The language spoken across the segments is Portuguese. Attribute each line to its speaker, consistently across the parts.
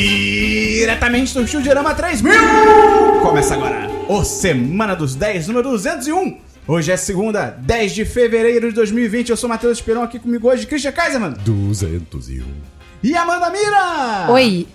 Speaker 1: Diretamente do Chudirama 3000! Começa agora o Semana dos 10, número 201. Hoje é segunda, 10 de fevereiro de 2020. Eu sou Matheus Esperão, aqui comigo hoje, Christian Kaiserman
Speaker 2: 201.
Speaker 1: e Amanda Mira!
Speaker 3: Oi.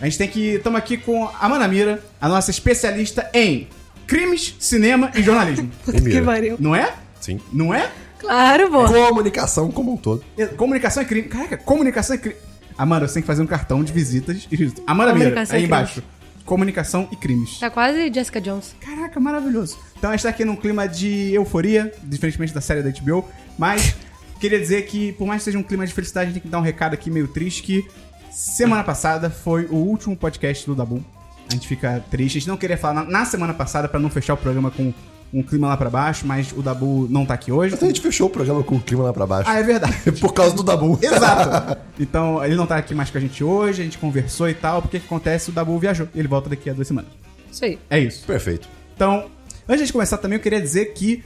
Speaker 1: A gente tem que... Estamos aqui com a Amanda Mira, a nossa especialista em crimes, cinema e jornalismo.
Speaker 2: Puta
Speaker 3: Que pariu.
Speaker 1: Não é?
Speaker 2: Sim.
Speaker 1: Não é?
Speaker 3: Claro, pô.
Speaker 2: Comunicação como um todo.
Speaker 1: Comunicação é crime. Caraca, comunicação é crime. Amanda, você tem que fazer um cartão de visitas. escrito Amanda Mira,
Speaker 3: Comunicação é
Speaker 1: aí
Speaker 3: e
Speaker 1: embaixo. Comunicação e crimes.
Speaker 3: Tá quase Jessica Jones.
Speaker 1: Caraca, maravilhoso. Então a gente tá aqui num clima de euforia, diferentemente da série da HBO, mas queria dizer que, por mais que seja um clima de felicidade, a gente tem que dar um recado aqui meio triste que semana passada foi o último podcast do Dabu. A gente fica triste, a gente não queria falar na, na semana passada pra não fechar o programa com um clima lá pra baixo, mas o Dabu não tá aqui hoje.
Speaker 2: Mas a gente fechou o programa com o clima lá pra baixo.
Speaker 1: Ah, é verdade.
Speaker 2: Por causa do Dabu.
Speaker 1: Exato. Então, ele não tá aqui mais com a gente hoje, a gente conversou e tal, porque o que acontece? O Dabu viajou. Ele volta daqui a duas semanas.
Speaker 3: Isso aí.
Speaker 1: É isso.
Speaker 2: Perfeito.
Speaker 1: Então, antes de começar também, eu queria dizer que,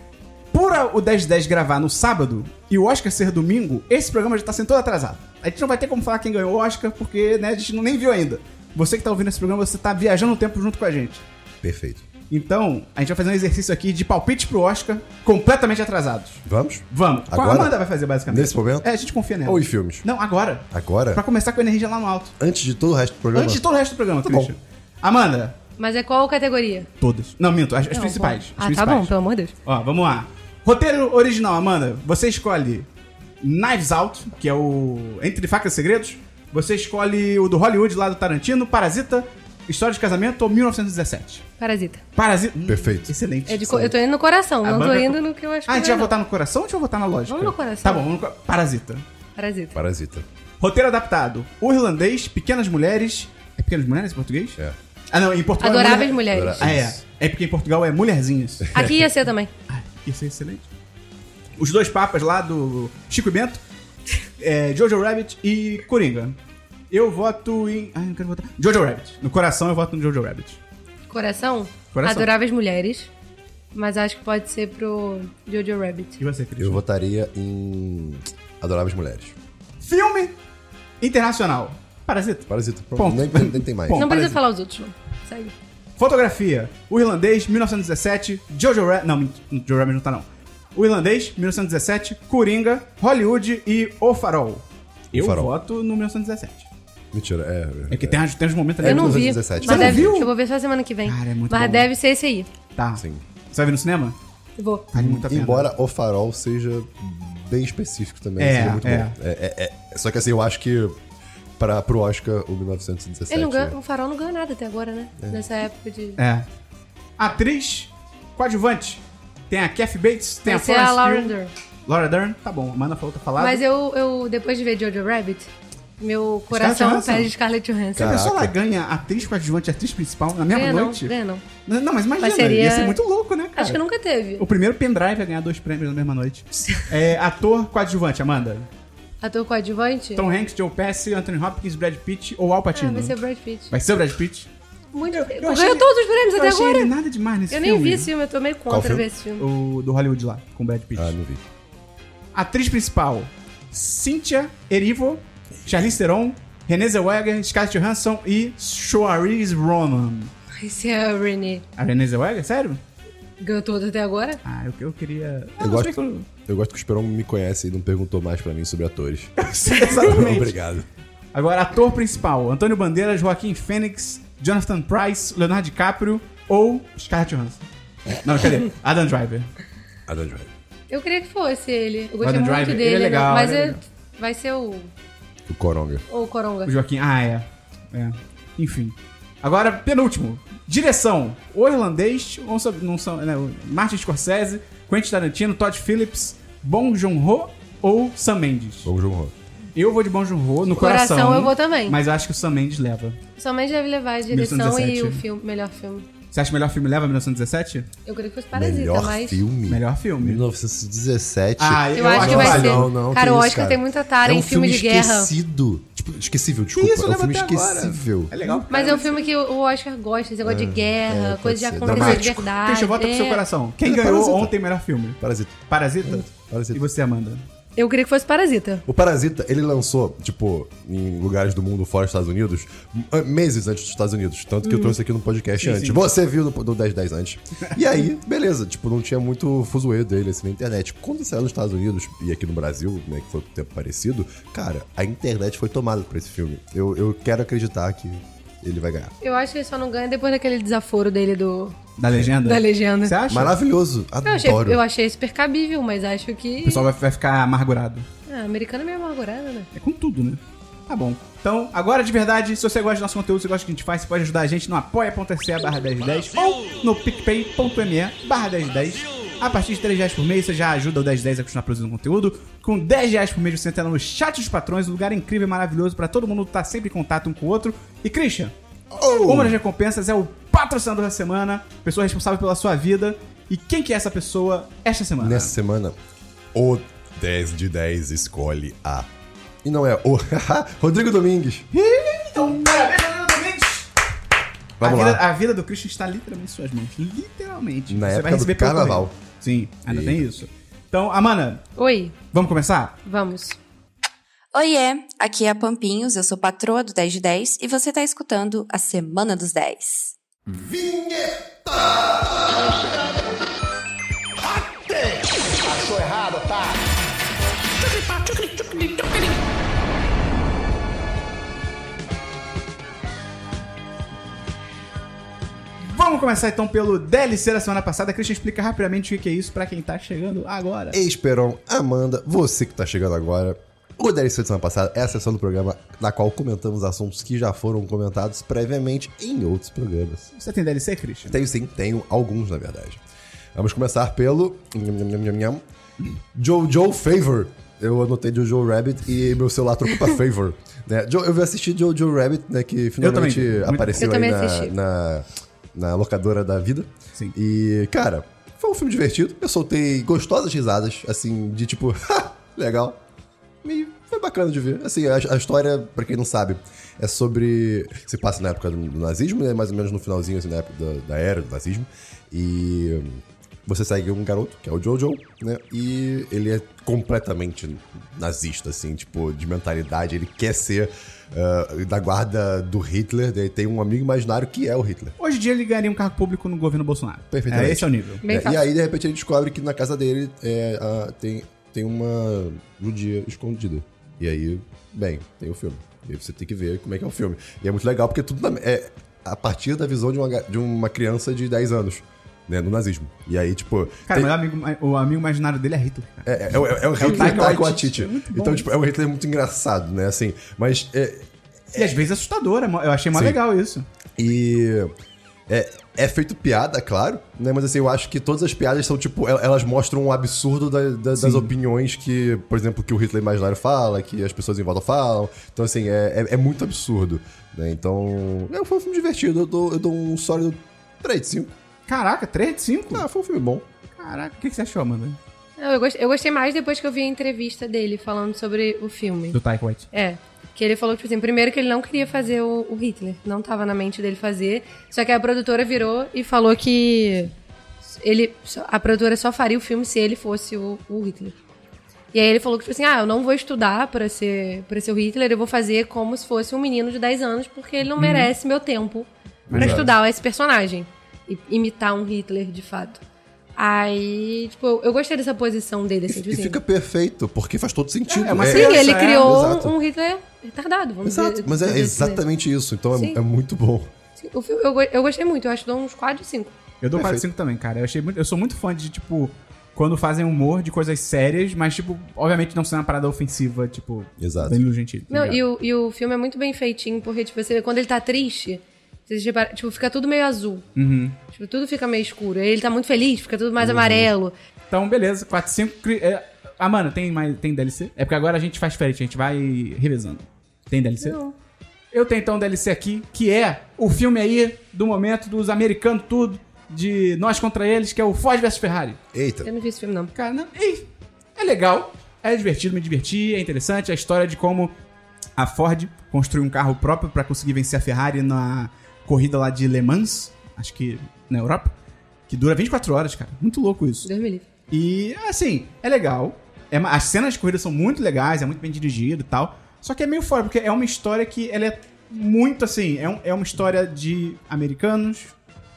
Speaker 1: por a- o 1010 gravar no sábado e o Oscar ser domingo, esse programa já tá sendo todo atrasado. A gente não vai ter como falar quem ganhou o Oscar, porque né, a gente não nem viu ainda. Você que tá ouvindo esse programa, você tá viajando o tempo junto com a gente.
Speaker 2: Perfeito.
Speaker 1: Então, a gente vai fazer um exercício aqui de palpite pro Oscar completamente atrasados.
Speaker 2: Vamos?
Speaker 1: Vamos. Qual a
Speaker 2: Agora?
Speaker 1: Amanda vai fazer, basicamente?
Speaker 2: Nesse momento?
Speaker 1: É, a gente confia nela.
Speaker 2: Ou em filmes?
Speaker 1: Não, agora.
Speaker 2: Agora?
Speaker 1: Pra começar com a energia lá no alto.
Speaker 2: Antes de todo o resto do programa.
Speaker 1: Antes de todo o resto do programa,
Speaker 2: Tá bom.
Speaker 1: Christian. Amanda,
Speaker 3: Mas é qual categoria?
Speaker 1: todas. Não, minto, as, as
Speaker 3: Não,
Speaker 1: principais.
Speaker 3: bom.
Speaker 1: as
Speaker 3: Ah, tá
Speaker 1: principais.
Speaker 3: bom, pelo amor de Deus.
Speaker 1: Ó, vamos lá. Roteiro original, Amanda. Você escolhe Knives Out, que é o Entre Facas e Segredos. Você escolhe o do Hollywood lá do Tarantino, Parasita, História de Casamento ou 1917.
Speaker 3: Parasita.
Speaker 1: Parasita. Hum,
Speaker 2: Perfeito.
Speaker 1: Excelente.
Speaker 3: É de co- Eu tô indo no coração,
Speaker 1: A
Speaker 3: não tô
Speaker 1: banda-
Speaker 3: indo no que eu acho que
Speaker 1: Ah, a gente vai
Speaker 3: não.
Speaker 1: votar no coração ou a gente vai votar na lógica?
Speaker 3: Vamos no coração.
Speaker 1: Tá bom, vamos no... co- Parasita.
Speaker 3: Parasita.
Speaker 2: Parasita.
Speaker 1: Roteiro adaptado. O Irlandês, Pequenas Mulheres... É Pequenas Mulheres em português?
Speaker 2: É.
Speaker 1: Ah, não, em português...
Speaker 3: Adoráveis mulheres.
Speaker 2: Adora-
Speaker 1: Ah, é. É porque em Portugal é Mulherzinhas.
Speaker 3: Aqui ia ser também.
Speaker 1: Ah, Isso é excelente. Os dois papas lá do Chico e Bento, é, Jojo Rabbit e Coringa. Eu voto em. Ai, não quero votar. Jojo Rabbit. No coração eu voto no Jojo Rabbit.
Speaker 3: Coração,
Speaker 1: Coração.
Speaker 3: Adoráveis Mulheres. Mas acho que pode ser pro Jojo Rabbit.
Speaker 1: E você, Cris?
Speaker 2: Eu votaria em Adoráveis Mulheres.
Speaker 1: Filme internacional. Parasita.
Speaker 2: Parasita. Pronto.
Speaker 1: Ponto.
Speaker 2: Nem, nem- nem tem mais.
Speaker 1: Ponto.
Speaker 3: não precisa
Speaker 1: Parasita.
Speaker 3: falar os outros, não. Segue.
Speaker 1: Fotografia. O Irlandês, 1917. Jojo Rabbit. Não, mentira, Jojo Rabbit não tá não. O Irlandês, 1917. Coringa, Hollywood e O Farol. Eu
Speaker 2: Farol.
Speaker 1: voto no 1917.
Speaker 2: Mentira, é.
Speaker 1: É que tem, tem uns momentos ali.
Speaker 3: Eu não vi.
Speaker 2: 217.
Speaker 3: Mas
Speaker 1: Você não
Speaker 3: deve,
Speaker 1: viu?
Speaker 3: Eu vou ver só semana que vem.
Speaker 1: Cara, é muito
Speaker 3: mas
Speaker 1: bom.
Speaker 3: deve ser esse aí.
Speaker 1: Tá.
Speaker 2: Sim.
Speaker 1: Você vai ver no cinema?
Speaker 3: Eu Vou.
Speaker 1: Vale muito a pena.
Speaker 2: Embora o farol seja bem específico também.
Speaker 1: É,
Speaker 2: seja muito
Speaker 1: é.
Speaker 2: bom. É, é, é. Só que assim, eu acho que pra, pro Oscar, o 1917.
Speaker 3: Ele não
Speaker 2: né?
Speaker 3: ganha, o farol não ganhou nada até agora, né? Nessa época de.
Speaker 1: É. Atriz coadjuvante. Tem a Kathy Bates, tem
Speaker 3: Vai
Speaker 1: a
Speaker 3: ser a
Speaker 1: Florence
Speaker 3: Laura
Speaker 1: Pugh.
Speaker 3: Dern.
Speaker 1: Laura Dern, tá bom. Amanda falou, tá falado.
Speaker 3: Mas eu, eu, depois de ver Jojo Rabbit, meu coração
Speaker 1: Johansson?
Speaker 3: pede Scarlett Johansson.
Speaker 1: Se a pessoa
Speaker 2: Caraca.
Speaker 1: ela ganha atriz coadjuvante e atriz principal na mesma
Speaker 3: Ganha não,
Speaker 1: noite...
Speaker 3: ganha não.
Speaker 1: Não, não, mas imagina,
Speaker 3: Mas seria-
Speaker 1: ia ser muito louco, né, cara?
Speaker 3: Acho que nunca teve.
Speaker 1: O primeiro pendrive a ganhar dois prêmios na mesma noite. é, ator coadjuvante, Amanda.
Speaker 3: Ator coadjuvante?
Speaker 1: Tom Hanks, Joe Pesci, Anthony Hopkins, Brad Pitt ou Al
Speaker 3: É. ah,
Speaker 1: Pacino.
Speaker 3: vai ser o Brad Pitt.
Speaker 1: Vai ser o Brad Pitt?
Speaker 3: Muito...
Speaker 1: eu
Speaker 3: Pô,
Speaker 1: achei
Speaker 3: ganhou
Speaker 1: ele-
Speaker 3: todos os prêmios
Speaker 1: eu
Speaker 3: até
Speaker 1: achei
Speaker 3: agora.
Speaker 1: ele nada demais nesse
Speaker 3: Eu
Speaker 1: filme.
Speaker 3: nem vi esse filme, eu tô meio
Speaker 2: Qual
Speaker 3: contra
Speaker 2: filme?
Speaker 3: ver esse filme.
Speaker 1: O do Hollywood lá, com o Brad Pitt.
Speaker 2: Ah, não vi.
Speaker 1: Atriz principal: Cynthia Erivo, Charlize Theron, Renée Zellweger, Scarlett Johansson e Saoirse Ronan.
Speaker 3: Esse é o Renee.
Speaker 1: A Renée Zellweger? Sério?
Speaker 3: Ganhou todos até agora?
Speaker 1: Ah, eu, eu queria... Ah,
Speaker 2: Eu
Speaker 1: não sei
Speaker 2: gosto, eu gosto que o Esperão me conhece e não perguntou mais pra mim sobre atores.
Speaker 1: que- Exatamente.
Speaker 2: Obrigado.
Speaker 1: Agora, ator principal: Antônio Bandeiras, Joaquim Fênix, Jonathan Price, Leonardo DiCaprio ou Scarlett Johansson. Não, cadê? Adam Driver.
Speaker 2: Adam Driver.
Speaker 3: Eu queria que fosse ele. Eu gostei
Speaker 1: Adam
Speaker 3: muito
Speaker 1: Driver,
Speaker 3: dele.
Speaker 1: ele é
Speaker 3: né?
Speaker 1: legal,
Speaker 3: mas
Speaker 1: ele é
Speaker 3: eu-
Speaker 1: legal.
Speaker 3: vai ser o...
Speaker 2: O Coronga.
Speaker 3: o Coronga.
Speaker 1: O Joaquim. Ah, é. É. Enfim. Agora, penúltimo. Direção. O irlandês. Não são, não são, né, o Martin Scorsese, Quentin Tarantino, Todd Phillips, Bong Joon-ho ou Sam Mendes.
Speaker 2: Vamos, João
Speaker 1: Eu vou de Bong Joon-ho no coração.
Speaker 3: Coração eu vou também.
Speaker 1: Mas eu acho que o Sam Mendes leva.
Speaker 3: Somente deve levar a direção
Speaker 1: 1917,
Speaker 3: e o
Speaker 1: né?
Speaker 3: filme, melhor filme.
Speaker 1: Você acha que o melhor filme leva 1917?
Speaker 3: Eu queria que fosse Parasita,
Speaker 2: Melhor
Speaker 3: mas...
Speaker 2: filme.
Speaker 1: Melhor filme.
Speaker 2: 1917.
Speaker 1: Ah,
Speaker 3: Eu, acho que vai
Speaker 1: vale.
Speaker 3: ser.
Speaker 2: Não, não,
Speaker 3: cara,
Speaker 2: que
Speaker 3: o
Speaker 2: isso,
Speaker 3: Oscar
Speaker 2: cara. É um
Speaker 3: tem muita tara em filme, de guerra.
Speaker 2: esquecido. Tipo, esquecível,
Speaker 1: Que
Speaker 2: desculpa.
Speaker 1: isso,
Speaker 2: é um
Speaker 1: leva
Speaker 2: filme
Speaker 1: até agora.
Speaker 2: esquecível.
Speaker 1: É legal.
Speaker 3: Mas
Speaker 1: cara.
Speaker 3: é um filme que o Oscar gosta, esse negócio de guerra,
Speaker 2: é, pode
Speaker 3: coisa de
Speaker 2: ser.
Speaker 3: acontecer de
Speaker 2: Dramático.
Speaker 3: verdade.
Speaker 1: Christian, volta pro seu
Speaker 3: é.
Speaker 1: coração. Quem
Speaker 2: É
Speaker 1: ganhou
Speaker 2: Parasita.
Speaker 1: ontem melhor filme?
Speaker 2: Parasita.
Speaker 1: Parasita?
Speaker 2: Parasita.
Speaker 1: E você, Amanda?
Speaker 3: Eu queria que fosse Parasita.
Speaker 2: O Parasita, ele lançou, tipo, em lugares do mundo fora dos Estados Unidos, m- meses antes dos Estados Unidos. Tanto que
Speaker 1: Hum.
Speaker 2: eu trouxe aqui no podcast antes. Você viu no, no 1010 antes. E aí, beleza, tipo, não tinha muito fuzuê dele assim na internet. Quando saiu nos Estados Unidos e aqui no Brasil, né, que foi um tempo parecido, cara, a internet foi tomada por esse filme. Eu, eu quero acreditar que ele vai ganhar.
Speaker 3: Eu acho que ele só não ganha depois daquele desaforo dele do.
Speaker 1: Da legenda?
Speaker 3: Da legenda.
Speaker 1: Você acha?
Speaker 2: Maravilhoso,
Speaker 3: Eu achei,
Speaker 2: adoro.
Speaker 3: eu achei super cabível, mas acho que.
Speaker 1: O pessoal vai, vai ficar amargurado.
Speaker 3: Ah, americano é meio amargurado, né?
Speaker 1: É com tudo, né? Tá bom. Então, agora de verdade, se você gosta do nosso conteúdo, se gosta do que a gente faz, você pode ajudar a gente no apoia.se barra 1010 ou no picpay.me barra 1010. A partir de 3 reais por mês, você já ajuda o 1010 a continuar produzindo conteúdo. Com 10 reais por mês, você entra no chat dos patrões, um lugar incrível e maravilhoso pra todo mundo estar sempre em contato um com o outro. E, Christian,
Speaker 2: Oh!
Speaker 1: uma das recompensas é o patrocinador da semana, pessoa responsável pela sua vida. E quem que é essa pessoa esta semana?
Speaker 2: Nessa semana, o 10 de 10 escolhe a. E não é o Rodrigo Domingues.
Speaker 1: Então, parabéns, Leandro Domingues! A
Speaker 2: Vamos
Speaker 1: vida,
Speaker 2: lá.
Speaker 1: a vida do Christian está literalmente em suas mãos. Literalmente.
Speaker 2: Na época do
Speaker 1: pelo
Speaker 2: carnaval.
Speaker 1: correio. Sim, ainda
Speaker 2: Eita.
Speaker 1: tem isso. Então, Amanda,
Speaker 3: Oi,
Speaker 1: vamos começar?
Speaker 3: vamos.
Speaker 4: Oiê, aqui é a Pampinhos, eu sou patroa do 10 de 10 e você tá escutando a Semana dos 10.
Speaker 1: Vamos começar então pelo DLC da semana passada. Christian explica rapidamente o que que é isso pra quem tá chegando agora.
Speaker 2: Esperon, Amanda, você que tá chegando agora. O DLC de semana passada é a sessão do programa na qual comentamos assuntos que já foram comentados previamente em outros programas.
Speaker 1: Você tem DLC, Christian?
Speaker 2: Tenho sim, tenho alguns, na verdade. Vamos começar pelo. nham, nham, nham, nham, nham. Jojo Favor. Eu anotei Jojo Rabbit e meu celular trocou pra Favor. né? Jo- Eu vi assistir Jojo Rabbit, né? Que finalmente
Speaker 1: também. Muito-
Speaker 2: apareceu
Speaker 3: Eu também
Speaker 2: aí
Speaker 3: assisti.
Speaker 2: na, na, na locadora da vida.
Speaker 1: Sim.
Speaker 2: E, cara, foi um filme divertido. Eu soltei gostosas risadas, assim, de tipo, "Ha, legal. E foi bacana de ver. Assim, a, a história, pra quem não sabe, é sobre. Se passa na época do, do nazismo, né? Mais ou menos no finalzinho, assim, na época da, da era do nazismo. E. hum, Você segue um garoto, que é o Jojo, né? E ele é completamente nazista, assim, tipo, de mentalidade. Ele quer ser ah, da guarda do Hitler, né? E tem um amigo imaginário que é o Hitler.
Speaker 1: Hoje em dia ele ganharia um cargo público no governo Bolsonaro.
Speaker 2: Perfeitamente.
Speaker 1: É, esse é o nível.
Speaker 3: Bem
Speaker 2: É, e
Speaker 3: fácil.
Speaker 2: aí, de repente, ele descobre que na casa dele é, a- tem, tem uma judia escondida. E aí, bem, tem o filme. E aí você tem que ver como é que é o filme. E é muito legal porque tudo na- é a partir da visão de uma, ga- de uma criança de 10 anos, né, no nazismo. E aí, tipo.
Speaker 1: Cara,
Speaker 2: tem-
Speaker 1: o, melhor amigo, o amigo imaginário dele é Hitler. cara.
Speaker 2: é, é, é, o- é o
Speaker 1: o Taika
Speaker 2: Hitler tá com a
Speaker 1: Waititi.
Speaker 2: Titi.
Speaker 1: Muito bom.
Speaker 2: Então, tipo, é um Hitler muito engraçado, né? Assim, mas é,
Speaker 1: E às vezes assustadora. Eu achei mais
Speaker 2: Sim.
Speaker 1: legal isso.
Speaker 2: E. É, é feito piada, claro, né? Mas assim, eu acho que todas as piadas são, tipo, el- elas mostram um absurdo da- da- das opiniões que, por exemplo, que o Hitler imaginário fala, que as pessoas em volta falam. Então, assim, é, é- é muito absurdo, né? Então. É, foi um filme divertido. Eu dou, eu dou um sólido 3 de 5.
Speaker 1: Caraca, 3 de 5?
Speaker 2: Ah, foi um filme bom.
Speaker 1: Caraca, o que que você achou, Amanda?
Speaker 3: Não, eu, gost- eu gostei mais depois que eu vi a entrevista dele falando sobre o filme.
Speaker 1: Do Taika Waititi.
Speaker 3: É. Que ele falou, tipo assim, primeiro que ele não queria fazer o, o Hitler. Não tava na mente dele fazer. Só que a produtora virou e falou que ele, só- a produtora só faria o filme se ele fosse o, o Hitler. E aí ele falou que, tipo assim, ah, eu não vou estudar pra ser, pra ser o Hitler, eu vou fazer como se fosse um menino de 10 anos, porque ele não merece meu tempo pra
Speaker 1: Verdade.
Speaker 3: estudar esse personagem. E imitar um Hitler, de fato. Aí, tipo, eu, eu gostei dessa posição
Speaker 2: E,
Speaker 3: dele, assim, tipo
Speaker 2: e
Speaker 3: assim.
Speaker 2: fica perfeito, porque faz todo sentido. né?
Speaker 1: É, é uma
Speaker 3: Sim,
Speaker 1: Essa
Speaker 3: ele
Speaker 1: é-
Speaker 3: criou
Speaker 2: Exato.
Speaker 3: um Hitler retardado, vamos
Speaker 2: Exato,
Speaker 3: dizer.
Speaker 2: mas é
Speaker 3: dizer assim, né?
Speaker 2: exatamente isso. Então é,
Speaker 3: Sim.
Speaker 2: é muito bom.
Speaker 3: Sim, o filme, eu, go- eu gostei muito, eu acho que dou uns 4 de 5.
Speaker 1: Eu dou 4 de
Speaker 2: Perfeito.
Speaker 1: 5 também, cara. Eu, achei muito- eu sou muito fã de, tipo, quando fazem humor de coisas sérias, mas, tipo, obviamente não sendo uma parada ofensiva, tipo,
Speaker 2: Exato.
Speaker 1: Danilo Gentili. tá
Speaker 3: Não,
Speaker 1: ligado?
Speaker 3: e o, e o filme é muito bem feitinho, porque, tipo, você, quando ele tá triste, você repara- tipo, fica tudo meio azul.
Speaker 1: Uhum.
Speaker 3: Tipo, tudo fica meio escuro. Ele tá muito feliz, fica tudo mais amarelo.
Speaker 1: Então, beleza, 4 de 5. cri- É... Ah, mano, tem, mais, tem DLC? É porque agora a gente faz diferente, a gente vai revezando. Tem DLC?
Speaker 3: Não.
Speaker 1: Eu tenho então um DLC aqui, que é o filme aí do momento dos americanos tudo, de nós contra eles, que é o Ford vs Ferrari.
Speaker 2: Eita.
Speaker 1: É
Speaker 3: Eu não vi esse filme, não.
Speaker 1: Cara, não, ei, é legal, é divertido, me diverti, é interessante a história de como a Ford construiu um carro próprio pra conseguir vencer a Ferrari na corrida lá de Le Mans, acho que na Europa, que dura 24 horas, cara. Muito louco isso.
Speaker 3: Deus me livre.
Speaker 1: E assim, é legal. é ma- as cenas de corrida são muito legais, é muito bem dirigido e tal. Só que é meio fora, porque é uma história que ela é muito assim. É, um- é uma história de americanos,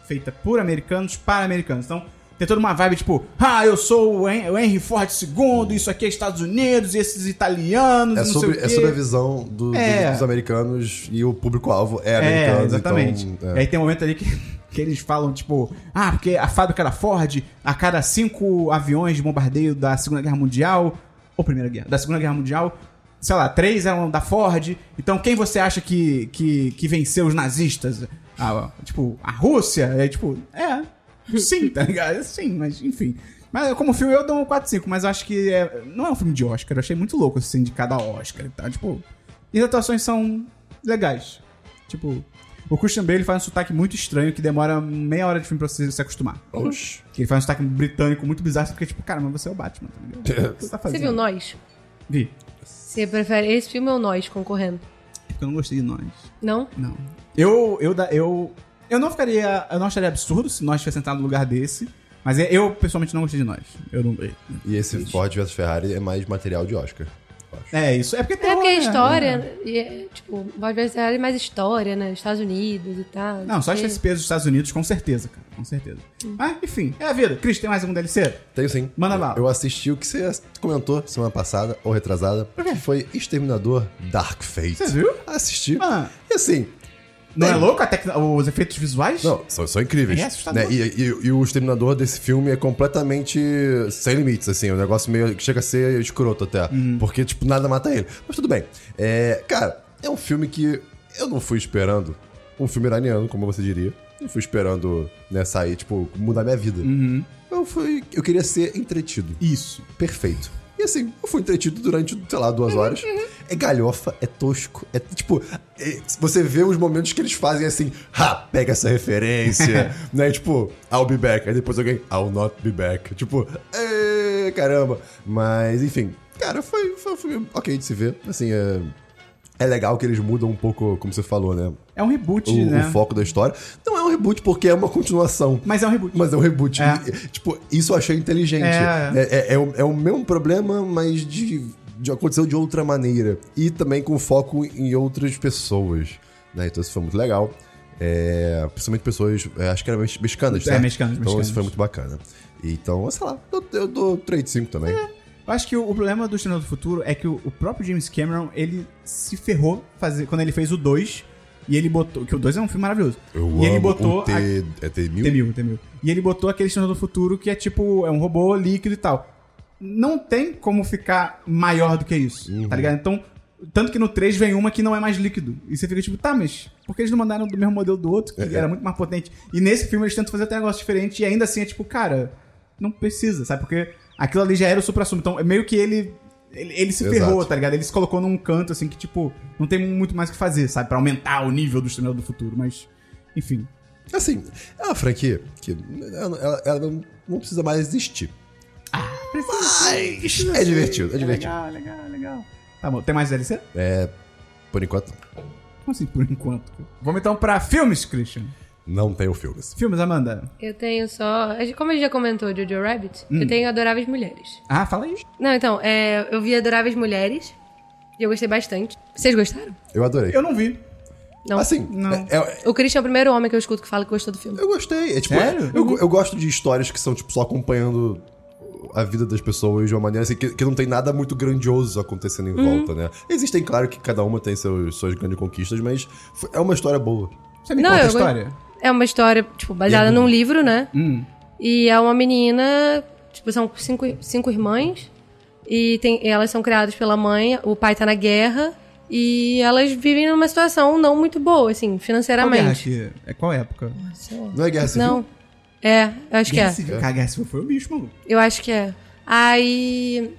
Speaker 1: feita por americanos, para americanos. Então, tem toda uma vibe tipo, ah, eu sou o Hen- o Henry Ford II, isso aqui é Estados Unidos, e esses italianos,
Speaker 2: É
Speaker 1: e não
Speaker 2: sobre,
Speaker 1: sei o
Speaker 2: é
Speaker 1: quê.
Speaker 2: sobre a visão do- do-
Speaker 1: É.
Speaker 2: dos americanos e o público-alvo é americano.
Speaker 1: É, exatamente.
Speaker 2: Então, é.
Speaker 1: E aí tem um momento ali que, que eles falam, tipo, ah, porque a fábrica da Ford, a cada cinco aviões de bombardeio da Segunda Guerra Mundial, ou Primeira Guerra, da Segunda Guerra Mundial, sei lá, três eram da Ford. Então quem você acha que, que, que venceu os nazistas? Ah, ó, tipo, a Rússia? É tipo, é, sim, tá ligado? Sim, mas enfim. Mas como filme eu dou um 4-5, mas eu acho que é- não é um filme de Oscar. Eu achei muito louco esse indicado a Oscar e tal. Tipo, e as atuações são legais. Tipo, o Christian Bale faz um sotaque muito estranho que demora meia hora de filme pra você se acostumar.
Speaker 2: Oxi.
Speaker 1: Que ele faz um sotaque britânico muito bizarro, você fica tipo, cara, mas você é o Batman, tá ligado? O que você tá
Speaker 3: Você
Speaker 1: fazendo?
Speaker 3: viu Nós?
Speaker 1: Vi.
Speaker 3: Você prefere esse filme ou Nós concorrendo?
Speaker 1: É Porque eu não gostei de nós.
Speaker 3: Não?
Speaker 1: Não. Eu, eu, da- eu, eu não ficaria, eu não acharia absurdo se nós tivesse sentado no lugar desse, mas é, eu, pessoalmente, não gostei de nós. Eu não...
Speaker 2: E esse Ford vs Ferrari é mais material de Oscar. eu acho.
Speaker 1: É isso. É porque
Speaker 3: É porque a
Speaker 1: né?
Speaker 3: história, e é, tipo, Voz Versailles é mais história, né? Estados Unidos e tal.
Speaker 1: é. Não, só
Speaker 3: que-
Speaker 1: acho esse peso dos Estados Unidos, com certeza, cara. Com certeza.
Speaker 3: Hum.
Speaker 1: Mas, enfim, é a vida. Cris, tem mais algum DLC?
Speaker 2: Tenho sim.
Speaker 1: Manda lá.
Speaker 2: Eu assisti o que você comentou semana passada, ou retrasada, que foi Exterminador Dark Fate.
Speaker 1: Você viu?
Speaker 2: Assisti.
Speaker 1: Ah,
Speaker 2: E assim,
Speaker 1: não é
Speaker 2: Tem.
Speaker 1: louco a tecno- os efeitos visuais?
Speaker 2: Não, são, são incríveis.
Speaker 1: É assustador.
Speaker 2: né? E, e- e o exterminador desse filme é completamente sem limites, assim. O negócio meio que chega a ser escroto até.
Speaker 1: Uhum.
Speaker 2: Porque, tipo, nada mata ele. Mas tudo bem. É, cara, é um filme que eu não fui esperando. Um filme iraniano, como você diria. Não fui esperando, né, sair, tipo, mudar minha vida.
Speaker 1: Uhum.
Speaker 2: Eu fui. Eu queria ser entretido.
Speaker 1: Isso. Uhum,
Speaker 2: Perfeito. E assim, eu fui entretido durante, sei lá, duas horas. É galhofa, é tosco, é tipo. é- você vê os momentos que eles fazem assim, ha, pega essa referência, né? Tipo, I'll be back. Aí depois alguém, I'll not be back. Tipo, "Ê, caramba. Mas, enfim, cara, foi, foi um filme ok de se ver. Assim, é, é legal que eles mudam um pouco, como você falou, né?
Speaker 1: É um reboot,
Speaker 2: O,
Speaker 1: né?
Speaker 2: o foco da história. Não é um reboot porque é uma continuação.
Speaker 1: Mas é um reboot.
Speaker 2: Mas é um reboot.
Speaker 1: É.
Speaker 2: E, Tipo, isso eu achei inteligente.
Speaker 1: É.
Speaker 2: É, é- é o, é o mesmo problema, mas de, de aconteceu de outra maneira. E também com foco em outras pessoas. né? Então isso foi muito legal. É, principalmente pessoas, é, acho que eram mex- mexicanas,
Speaker 1: É,
Speaker 2: certo?
Speaker 1: mexicanas,
Speaker 2: Então
Speaker 1: mexicanas.
Speaker 2: isso foi muito bacana. Então, sei lá, eu, eu dou 3 de 5 também.
Speaker 1: Eu acho que o, o problema do Estrela do Futuro é que o, o próprio James Cameron, ele se ferrou fazer, quando ele fez o 2. E ele botou. Que o 2 é um filme maravilhoso. e ele botou. a-
Speaker 2: é T1000?
Speaker 1: T1000, T1000. E ele botou aquele Senhor do Futuro que é tipo, é um robô líquido e tal. Não tem como ficar maior do que isso, tá ligado? Então, tanto que no 3 vem uma que não é mais líquido. E você fica tipo, tá, mas por que eles não mandaram do mesmo modelo do outro, que era muito mais potente? E nesse filme eles tentam fazer até um negócio diferente e ainda assim é tipo, cara, não precisa, sabe? Porque aquilo ali já era o supra-sumo. Então, é meio que ele... Ele, ele se
Speaker 2: Exato.
Speaker 1: ferrou, tá ligado? Ele se colocou num canto, assim, que, tipo, não tem muito mais o que fazer, sabe? Pra aumentar o nível do Estrela do Futuro, mas... Enfim.
Speaker 2: Assim, é uma franquia que ela, ela- ela não, não precisa mais existir. Mas é divertido, é divertido.
Speaker 1: Legal, legal, legal. Tá bom, tem mais DLC?
Speaker 2: Por enquanto,
Speaker 1: Como assim, por enquanto? Vamos então pra filmes, Christian.
Speaker 2: não tenho filmes.
Speaker 1: Filmes, Amanda.
Speaker 3: Eu tenho só. a gente- Como a gente já comentou, Jojo Rabbit,
Speaker 1: Hum.
Speaker 3: eu tenho Adoráveis Mulheres.
Speaker 1: Ah, fala aí.
Speaker 3: Não, então, é, eu vi Adoráveis Mulheres e eu gostei bastante. Vocês gostaram?
Speaker 2: Eu adorei.
Speaker 1: Eu não vi.
Speaker 3: Não.
Speaker 2: Assim,
Speaker 1: Não.
Speaker 2: é- é-
Speaker 3: O Christian é o primeiro homem que eu escuto que fala que gostou do filme.
Speaker 2: eu gostei. É, tipo,
Speaker 1: Sério?
Speaker 2: Eu, eu gosto de histórias que são tipo, só acompanhando a vida das pessoas de uma maneira assim, que, que não tem nada muito grandioso acontecendo em
Speaker 1: Uhum.
Speaker 2: volta, né? Existem, claro, que cada uma tem seus, suas grandes conquistas, mas foi- é uma história boa.
Speaker 1: Você me
Speaker 3: Não,
Speaker 1: conta a
Speaker 3: eu go-
Speaker 1: história?
Speaker 3: É uma história, tipo, baseada
Speaker 1: Uhum.
Speaker 3: num livro, né?
Speaker 1: Hum.
Speaker 3: E é uma menina, tipo, são cinco, cinco irmãs. E tem- elas são criadas pela mãe, o pai tá na guerra. E elas vivem numa situação não muito boa, assim,
Speaker 1: Qual guerra
Speaker 3: financeiramente.
Speaker 1: que... É qual época?
Speaker 3: Sei lá.
Speaker 2: Não é guerra civil?
Speaker 3: Não. É, eu acho que
Speaker 1: guerra
Speaker 3: é.
Speaker 1: Civil. Cara, guerra Civil foi o bicho, maluco.
Speaker 3: Eu acho que é. Aí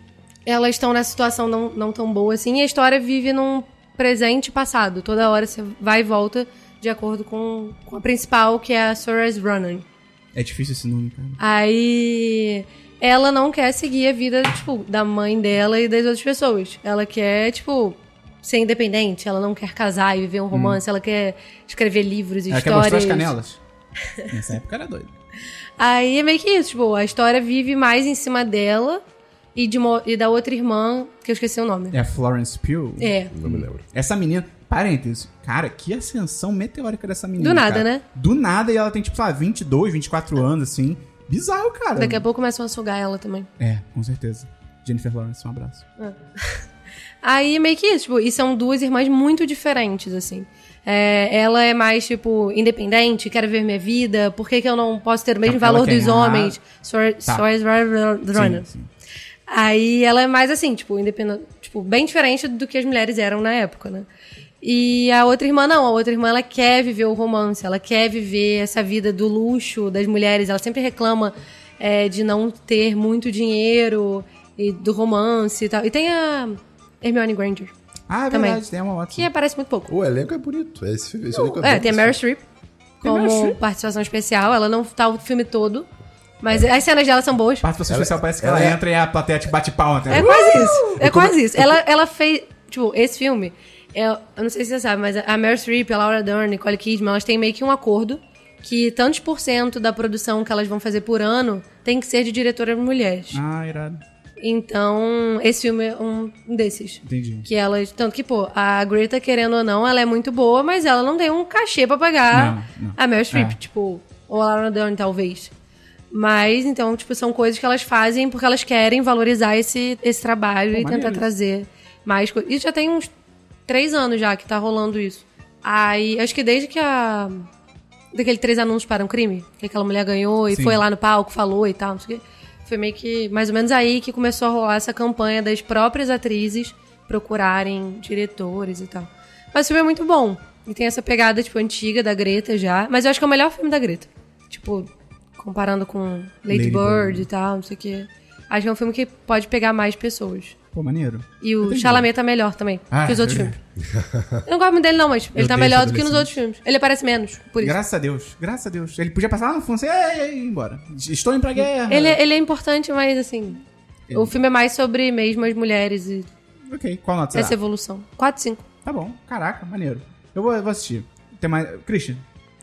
Speaker 3: elas estão nessa situação não, não tão boa assim, e a história vive num presente e passado. Toda hora você vai e volta de acordo com, com a principal, que é a Sora's Running.
Speaker 1: É difícil esse nome, cara.
Speaker 3: Aí ela não quer seguir a vida, tipo, da mãe dela e das outras pessoas. Ela quer, tipo, ser independente, ela não quer casar e viver um romance, ela quer escrever livros e
Speaker 1: Hum. Ela quer
Speaker 3: histórias.
Speaker 1: mostrar as canelas. Nessa época era doido.
Speaker 3: Aí é meio que isso, tipo, a história vive mais em cima dela e, de uma- e da outra irmã, que eu esqueci o nome.
Speaker 1: É a Florence Pugh?
Speaker 3: É.
Speaker 2: Não me lembro.
Speaker 1: Essa menina, parênteses, cara, que ascensão meteórica dessa menina.
Speaker 3: Do nada,
Speaker 1: cara.
Speaker 3: né?
Speaker 1: Do nada, e ela tem, tipo, sei lá, 22, 24 anos, assim. Bizarro, cara.
Speaker 3: Daqui a pouco começam a sugar ela também.
Speaker 1: É, com certeza. Jennifer Lawrence, um abraço.
Speaker 3: Aí meio que isso, tipo, e são duas irmãs muito diferentes, assim. É, ela é mais, tipo, independente, quero ver minha vida, por que, que eu não posso ter o mesmo
Speaker 1: Então, Ela
Speaker 3: valor
Speaker 1: quer
Speaker 3: dos
Speaker 1: errar.
Speaker 3: homens? Sor-
Speaker 1: Tá.
Speaker 3: Sor-
Speaker 1: Sim,
Speaker 3: Sor-
Speaker 1: sim.
Speaker 3: Aí ela é mais assim, tipo, independente, tipo, bem diferente do que as mulheres eram na época, né? E a outra irmã não, a outra irmã ela quer viver o romance, ela quer viver essa vida do luxo das mulheres, ela sempre reclama é, de não ter muito dinheiro e do romance e tal. E tem a Hermione Granger,
Speaker 1: Ah, é
Speaker 3: Também.
Speaker 1: verdade, tem uma
Speaker 3: que
Speaker 1: ótima.
Speaker 3: aparece muito pouco.
Speaker 2: O elenco é bonito. Esse, esse elenco é
Speaker 3: É,
Speaker 2: bom.
Speaker 3: tem a Meryl Streep
Speaker 1: Meryl
Speaker 3: como
Speaker 1: Streep.
Speaker 3: participação especial, ela não tá o filme todo, mas as cenas dela são boas.
Speaker 1: Participação
Speaker 2: Ela-
Speaker 1: especial, parece que
Speaker 2: ela
Speaker 1: ela,
Speaker 2: é-
Speaker 1: entra e a plateia te bate palma. Tá?
Speaker 3: É quase isso. É quase isso. Ela, ela fez. Tipo, esse filme. é- eu não sei se você sabe, mas a Meryl Streep, a Laura Dern, Nicole Kidman, elas têm meio que um acordo que tantos por cento da produção que elas vão fazer por ano tem que ser de diretoras mulheres.
Speaker 1: Ah, irado.
Speaker 3: Então, esse filme é um um desses.
Speaker 1: Entendi.
Speaker 3: Que elas. Tanto que, pô, a Greta, querendo ou não, ela é muito boa, mas ela não tem um cachê pra pagar
Speaker 1: Não, não.
Speaker 3: a Meryl Streep,
Speaker 1: É.
Speaker 3: tipo, ou a Laura Dern, talvez. Mas, então, tipo, são coisas que elas fazem porque elas querem valorizar esse, esse trabalho
Speaker 1: Pô,
Speaker 3: e tentar
Speaker 1: maneiro isso.
Speaker 3: trazer mais coisas. Isso já tem uns três anos já que tá rolando isso. Aí, acho que desde que a. Daquele três anúncios para um crime, que aquela mulher ganhou e
Speaker 1: Sim.
Speaker 3: foi lá no palco, falou e tal, não sei o quê. Foi meio que mais ou menos aí que começou a rolar essa campanha das próprias atrizes procurarem diretores e tal. Mas o filme é muito bom. E tem essa pegada, tipo, antiga da Greta já. Mas eu acho que é o melhor filme da Greta. Tipo, comparando com
Speaker 1: Lady
Speaker 3: Lady, Bird,
Speaker 1: Bird.
Speaker 3: e tal, não sei o quê. Acho que é um filme que pode pegar mais pessoas.
Speaker 1: Pô, maneiro.
Speaker 3: E o
Speaker 1: Entendi.
Speaker 3: Chalamet tá melhor também
Speaker 1: Ah,
Speaker 3: que os outros
Speaker 1: eu-
Speaker 3: filmes. Eu não gosto muito dele, não, mas ele
Speaker 1: Eu
Speaker 3: tá
Speaker 1: odeio
Speaker 3: melhor do que nos
Speaker 1: adolescente.
Speaker 3: outros filmes. Ele aparece menos, por isso.
Speaker 1: Graças a Deus, graças a Deus. Ele podia passar lá no fundo assim, "Ei, ei, ei, embora. Estou indo pra guerra.
Speaker 3: Ele, ele é importante, mas assim.
Speaker 1: Ele-
Speaker 3: O filme é mais sobre mesmo as mulheres e
Speaker 1: Ok, qual nota você
Speaker 3: essa
Speaker 1: dá?
Speaker 3: evolução. 4, 5.
Speaker 1: Tá bom, caraca, maneiro. Eu vou, eu vou assistir. Tem mais... Christian,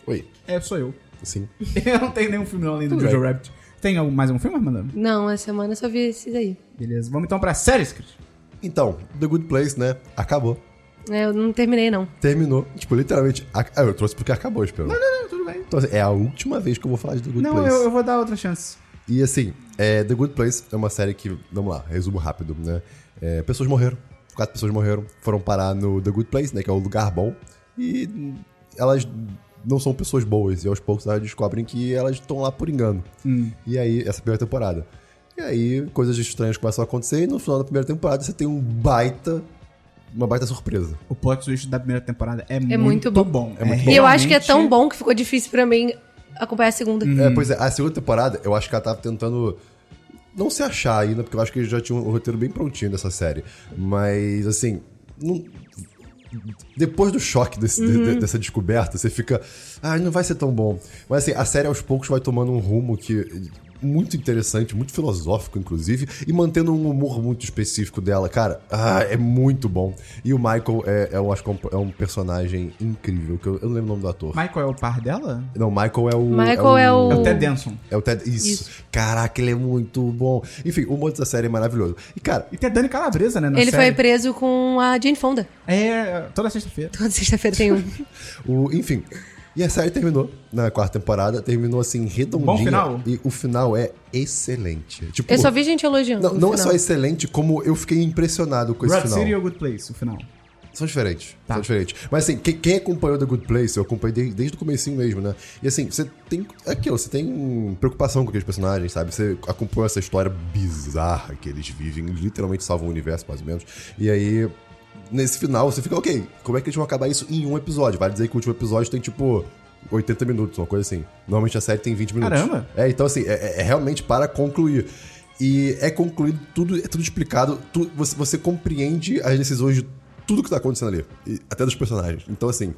Speaker 2: Oi.
Speaker 1: é, sou eu.
Speaker 2: Sim.
Speaker 1: Eu não tenho nenhum filme não, além do
Speaker 2: Tudo
Speaker 1: Jojo
Speaker 2: bem.
Speaker 1: Rabbit. Tem algum- mais um filme, Armando?
Speaker 3: Não, essa semana eu só vi esses aí.
Speaker 1: Beleza, vamos então pra séries, Christian.
Speaker 2: Então, The Good Place, né? Acabou.
Speaker 3: É, Eu não terminei, não.
Speaker 2: Terminou. Tipo, literalmente. ac- Ah, eu trouxe porque acabou, espero.
Speaker 1: Não, não, Ah, tudo bem.
Speaker 2: Então, assim, é a última vez que eu vou falar de The Good
Speaker 1: Não,
Speaker 2: Place.
Speaker 1: eu, eu vou dar outra chance.
Speaker 2: E assim, é, The Good Place é uma série que, vamos lá, resumo rápido, né? É, pessoas morreram, quatro pessoas morreram, foram parar no The Good Place, né? Que é o lugar bom. E elas não são pessoas boas, e aos poucos elas descobrem que elas estão lá por engano. E aí, essa é a primeira temporada. E aí, coisas estranhas começam a acontecer, e no final da primeira temporada você tem um baita. Uma baita surpresa.
Speaker 1: O plot twist da primeira temporada é, muito,
Speaker 3: muito
Speaker 1: bom.
Speaker 3: bom.
Speaker 1: É
Speaker 2: muito
Speaker 3: E
Speaker 2: bom.
Speaker 3: eu acho que é
Speaker 1: realmente-
Speaker 3: tão bom que ficou difícil pra mim acompanhar a segunda.
Speaker 2: É, pois é, a segunda temporada, eu acho que ela tava tentando não se achar ainda, porque eu acho que já tinha um roteiro bem prontinho dessa série. Mas, assim, não- depois do choque desse- de-
Speaker 3: Uhum.
Speaker 2: de- dessa descoberta, você fica, ah, não vai ser tão bom. Mas, assim, a série aos poucos vai tomando um rumo que muito interessante, muito filosófico, inclusive, e mantendo um humor muito específico dela, cara. Ah, é muito bom. E o Michael é, é, um, acho que é um- é um personagem incrível, que eu, eu não lembro o nome do ator.
Speaker 1: Michael é o par dela?
Speaker 2: Não, Michael é o.
Speaker 3: Michael é o-
Speaker 1: É o Ted Danson.
Speaker 2: É o Ted. Isso.
Speaker 3: Isso.
Speaker 2: Caraca, ele é muito bom. Enfim, o monte da série é maravilhoso. E, cara,
Speaker 1: E tem a Dani Calabresa, né? Na
Speaker 3: Ele foi
Speaker 1: série.
Speaker 3: preso com a Jane Fonda.
Speaker 1: É, toda sexta-feira.
Speaker 3: Toda sexta-feira tem um.
Speaker 2: o, enfim. E a série terminou na quarta temporada, terminou assim, redondinha.
Speaker 1: Bom final.
Speaker 2: E o final é excelente. Tipo,
Speaker 3: Eu só vi gente elogiando.
Speaker 2: Não,
Speaker 3: no
Speaker 2: não é
Speaker 3: final.
Speaker 2: só excelente, como eu fiquei impressionado com esse
Speaker 1: Broad
Speaker 2: final.
Speaker 1: City ou Good Place, o final.
Speaker 2: São diferentes.
Speaker 1: Tá.
Speaker 2: São diferentes. Mas assim, que- quem acompanhou The Good Place, eu acompanhei de- desde, o comecinho mesmo, né? E assim, você tem. é Aquilo, você tem preocupação com aqueles personagens, sabe? Você acompanhou essa história bizarra que eles vivem, eles literalmente salvam o universo, mais ou menos. E aí. Nesse final, você fica, ok, como é que eles vão acabar isso em um episódio? Vale dizer que o último episódio tem tipo. 80 minutos, uma coisa assim. Normalmente a série tem 20 minutos.
Speaker 1: Caramba!
Speaker 2: É, então assim, é, é- é realmente para concluir. E é concluído, tudo, é tudo explicado, tu- você, você compreende as decisões de tudo que tá acontecendo ali. e até dos personagens. Então, assim,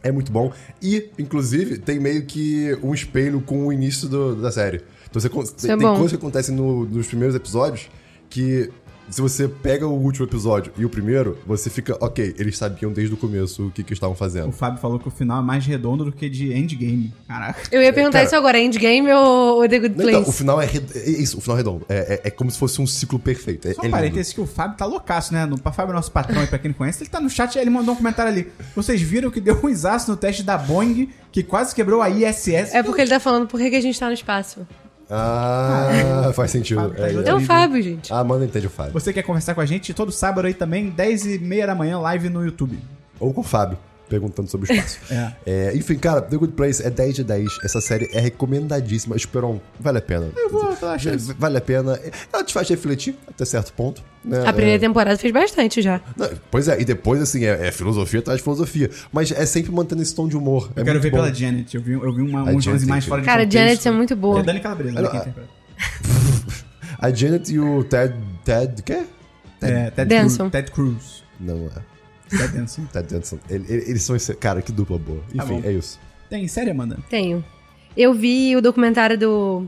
Speaker 2: é muito bom. E, inclusive, tem meio que um espelho com o início do- da série. Então, você, con- tem,
Speaker 3: é
Speaker 2: tem
Speaker 3: bom.
Speaker 2: coisas que acontecem no- nos primeiros episódios que Se você pega o último episódio e o primeiro, você fica, ok, eles sabiam desde o começo o que, que estavam
Speaker 1: O
Speaker 2: fazendo.
Speaker 1: Fábio falou que o final é mais redondo do que de endgame. Caraca.
Speaker 3: Eu ia perguntar
Speaker 2: Cara-
Speaker 3: isso agora, Endgame ou ou The Good
Speaker 2: Não, então, o
Speaker 3: Place?
Speaker 2: final é, red- é isso, o final é redondo. É, é- é como se fosse um ciclo perfeito. É,
Speaker 1: Só
Speaker 2: é
Speaker 1: um
Speaker 2: lindo.
Speaker 1: parênteses que o Fábio tá loucaço, né? No, pra Fábio, nosso patrão, e pra quem não conhece, ele tá no chat e ele mandou um comentário ali. Vocês viram que deu um isaço no teste da Boeing, que quase quebrou a ISS.
Speaker 3: É porque ele tá falando por que que a gente tá no espaço.
Speaker 2: É Ah, faz sentido.
Speaker 1: Fábio, tá
Speaker 2: É,
Speaker 1: jogando.
Speaker 2: é.
Speaker 3: É o
Speaker 1: Horrível.
Speaker 3: Fábio, gente.
Speaker 2: Ah, mano, entende o Fábio.
Speaker 1: Você quer conversar com a gente todo sábado aí também, 10h30 da manhã, live no YouTube.
Speaker 2: Ou com o Fábio, perguntando sobre o espaço.
Speaker 1: É.
Speaker 2: É, enfim, cara, The Good Place é 10 de 10. Essa série é recomendadíssima. Esperon, vale a pena.
Speaker 1: Eu vou dar uma chance.
Speaker 2: Vale a pena. Ela te faz refletir até certo ponto. Né?
Speaker 3: A primeira temporada fez bastante já.
Speaker 2: Não, pois é, e depois, assim, é, é filosofia atrás de filosofia. Mas é sempre mantendo esse tom de humor.
Speaker 1: Eu
Speaker 2: é
Speaker 1: quero
Speaker 2: muito
Speaker 1: ver
Speaker 2: bom.
Speaker 1: pela Janet. Eu vi, eu vi uma,
Speaker 2: A
Speaker 1: uns
Speaker 2: Janet,
Speaker 1: mais
Speaker 2: sim.
Speaker 1: fora de
Speaker 3: Cara, a
Speaker 1: contexto.
Speaker 3: Janet é muito
Speaker 1: É
Speaker 3: boa.
Speaker 1: Dani Calabresa, né, que
Speaker 2: Ah,
Speaker 1: interpreta.
Speaker 2: A Janet e o Ted. Ted. Quê?
Speaker 1: É, Ted
Speaker 3: Danson.
Speaker 1: Cruz. Ted Cruz.
Speaker 2: Não, é.
Speaker 1: Ted Danson.
Speaker 2: Ted Danson. Ele- ele- Eles são esse. Cara, que dupla boa. Enfim,
Speaker 1: Tá bom.
Speaker 2: é isso.
Speaker 1: Tem série, Amanda?
Speaker 3: Tenho. Eu vi o documentário do.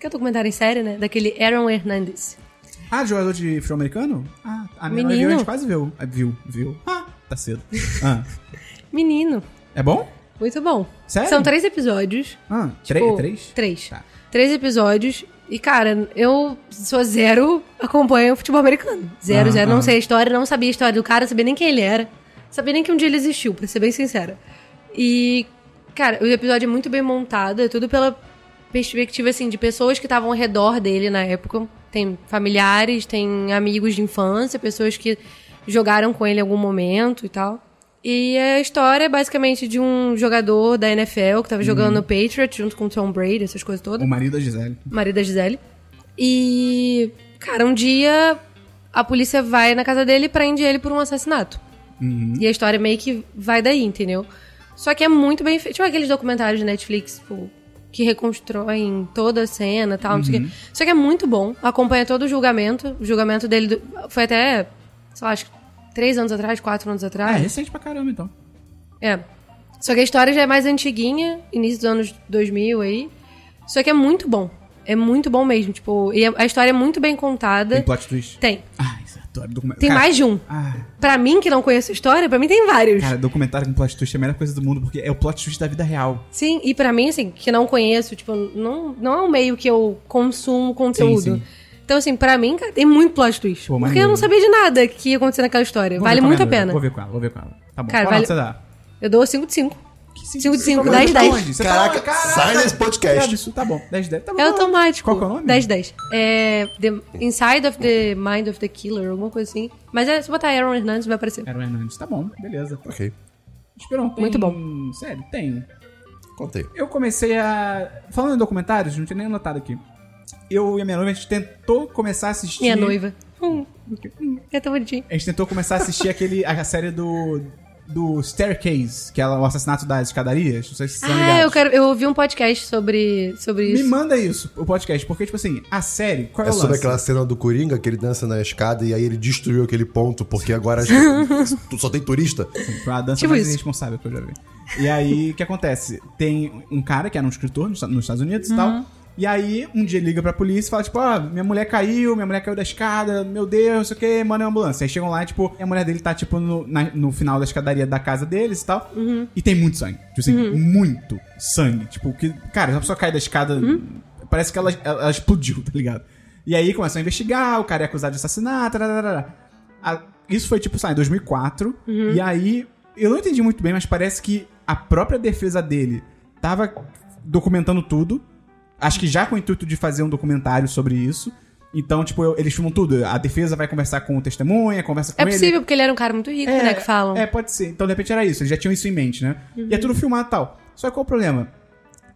Speaker 3: Que é o documentário em série, né? Daquele Aaron Hernandez.
Speaker 1: Ah, jogador de futebol americano? Ah, a minha
Speaker 3: Menino.
Speaker 1: viu, a gente quase viu. Ah, Viu, viu. Ah, tá cedo. Ah,
Speaker 3: Menino.
Speaker 1: é bom?
Speaker 3: Muito bom.
Speaker 1: Sério?
Speaker 3: São três episódios.
Speaker 1: Ah, três,
Speaker 3: Pô,
Speaker 1: três?
Speaker 3: Tipo, Três.
Speaker 1: Tá.
Speaker 3: Três episódios. E, cara, eu sou zero, acompanho o futebol americano. Zero,
Speaker 1: Aham,
Speaker 3: zero.
Speaker 1: aham.
Speaker 3: Não sei a história, não sabia a história do cara, sabia nem quem ele era. Sabia nem que um dia ele existiu, pra ser bem sincera. E, cara, o episódio é muito bem montado, é tudo pela perspectiva, assim, de pessoas que estavam ao redor dele na época. Tem familiares, tem amigos de infância, pessoas que jogaram com ele em algum momento e tal. E a história é basicamente de um jogador da NFL que tava jogando no Patriots junto com o Tom Brady, essas coisas todas
Speaker 1: O marido da Gisele.
Speaker 3: marido da Gisele. E, cara, um dia a polícia vai na casa dele e prende ele por um assassinato. E a história meio que vai daí, entendeu? Só que é muito bem feito. Tipo aqueles documentários de Netflix, tipo, que reconstruem toda a cena e tal, não sei o quê. Só que é muito bom. Acompanha todo o julgamento. O julgamento dele do- foi até, sei lá, acho que três anos atrás, quatro anos
Speaker 1: Ah, é
Speaker 3: atrás.
Speaker 1: recente pra caramba, então.
Speaker 3: É. Só que a história já é mais antiguinha, início dos anos 2000 aí. Só que é muito bom. É muito bom mesmo, tipo, e a a história é muito bem contada.
Speaker 1: Tem plot twist?
Speaker 3: Tem.
Speaker 1: Ah, isso é top. Documentário.
Speaker 3: Tem
Speaker 1: Cara,
Speaker 3: mais de um.
Speaker 1: Ah,
Speaker 3: Pra mim que não conheço a história, pra mim tem vários.
Speaker 1: cara, documentário com plot twist é a melhor coisa do mundo, porque é o plot twist da vida real.
Speaker 3: Sim, e pra mim assim, que não conheço, tipo, não, não é um meio que eu consumo conteúdo.
Speaker 1: Sim, sim.
Speaker 3: Então assim, pra mim, cara, tem muito plot twist.
Speaker 1: Pô,
Speaker 3: porque
Speaker 1: maneiro.
Speaker 3: eu não sabia de nada que ia acontecer naquela história.
Speaker 1: Vou
Speaker 3: vale
Speaker 1: ver com
Speaker 3: muito a
Speaker 1: minha noiva,
Speaker 3: pena.
Speaker 1: Vou ver com ela, vou ver com ela. Tá bom,
Speaker 3: Cara,
Speaker 1: qual
Speaker 3: vale-
Speaker 1: nota você dá?
Speaker 3: Eu dou 5 de 5. 5 de 5,
Speaker 1: Você
Speaker 3: 10 de
Speaker 1: tá
Speaker 3: 10.
Speaker 1: onde? Você tá
Speaker 2: Caraca,
Speaker 1: onde? Caraca,
Speaker 2: sai desse podcast.
Speaker 1: É isso, tá bom. 10 de 10. Tá bom.
Speaker 3: É automático.
Speaker 1: Qual que é o nome?
Speaker 3: 10 10. É the Inside of the Mind of the Killer, alguma coisa assim. Mas é, se botar Aaron Hernandes vai aparecer.
Speaker 1: Era o Hernandes. Tá bom, beleza.
Speaker 2: Ok.
Speaker 1: Esperão, tem...
Speaker 3: Muito
Speaker 1: Sério, tem.
Speaker 2: Contei.
Speaker 1: Eu comecei a... Falando em documentários, não tinha nem anotado aqui. Eu e a minha noiva, a gente tentou começar a assistir...
Speaker 3: Minha noiva. Hum, é tão bonitinho.
Speaker 1: A gente tentou começar a assistir aquele, a série do... Do Staircase, que é o assassinato das escadarias. Não sei se vocês estão
Speaker 3: Ah,
Speaker 1: ligados.
Speaker 3: eu, quero, eu ouvi um podcast sobre, sobre
Speaker 1: Me
Speaker 3: isso.
Speaker 1: manda isso, o podcast. Porque, tipo assim, a série... Qual é,
Speaker 2: É
Speaker 1: o
Speaker 2: sobre
Speaker 1: lance?
Speaker 2: aquela cena do Coringa que ele dança na escada e aí ele destruiu aquele ponto porque agora só tem turista.
Speaker 1: Foi uma assim, dança
Speaker 3: Tipo
Speaker 1: mais
Speaker 3: isso.
Speaker 1: irresponsável que eu já vi. E aí, o que acontece? Tem um cara que era um escritor nos nos Estados Unidos e
Speaker 3: Uhum.
Speaker 1: tal. E aí, um dia liga pra polícia e fala, tipo, ah, minha mulher caiu, minha mulher caiu da escada, meu Deus, não sei o que, manda uma ambulância. Aí chegam lá e, tipo, a mulher dele tá, tipo, no, na- no final da escadaria da casa deles e tal.
Speaker 3: Uhum.
Speaker 1: E tem muito sangue. Tipo assim, muito sangue. Tipo, que, cara, se a pessoa cai da escada,
Speaker 3: Uhum.
Speaker 1: parece que ela, ela- ela explodiu, tá ligado? E aí começam a investigar, o cara é acusado de assassinato, tararara. A- isso foi tipo, sabe, em 2004.
Speaker 3: Uhum.
Speaker 1: E aí, eu não entendi muito bem, mas parece que a própria defesa dele tava documentando tudo. Acho que já com o intuito de fazer um documentário sobre isso. Então, tipo, eu- eles filmam tudo. A defesa vai conversar com o testemunha, conversa com
Speaker 3: É
Speaker 1: ele.
Speaker 3: possível, porque ele era um cara muito rico, né? Que falam. Uhum.
Speaker 1: É, pode ser. Então, de repente era isso. Eles já tinham isso em mente, né? E é tudo filmado e tal. Só que qual o problema?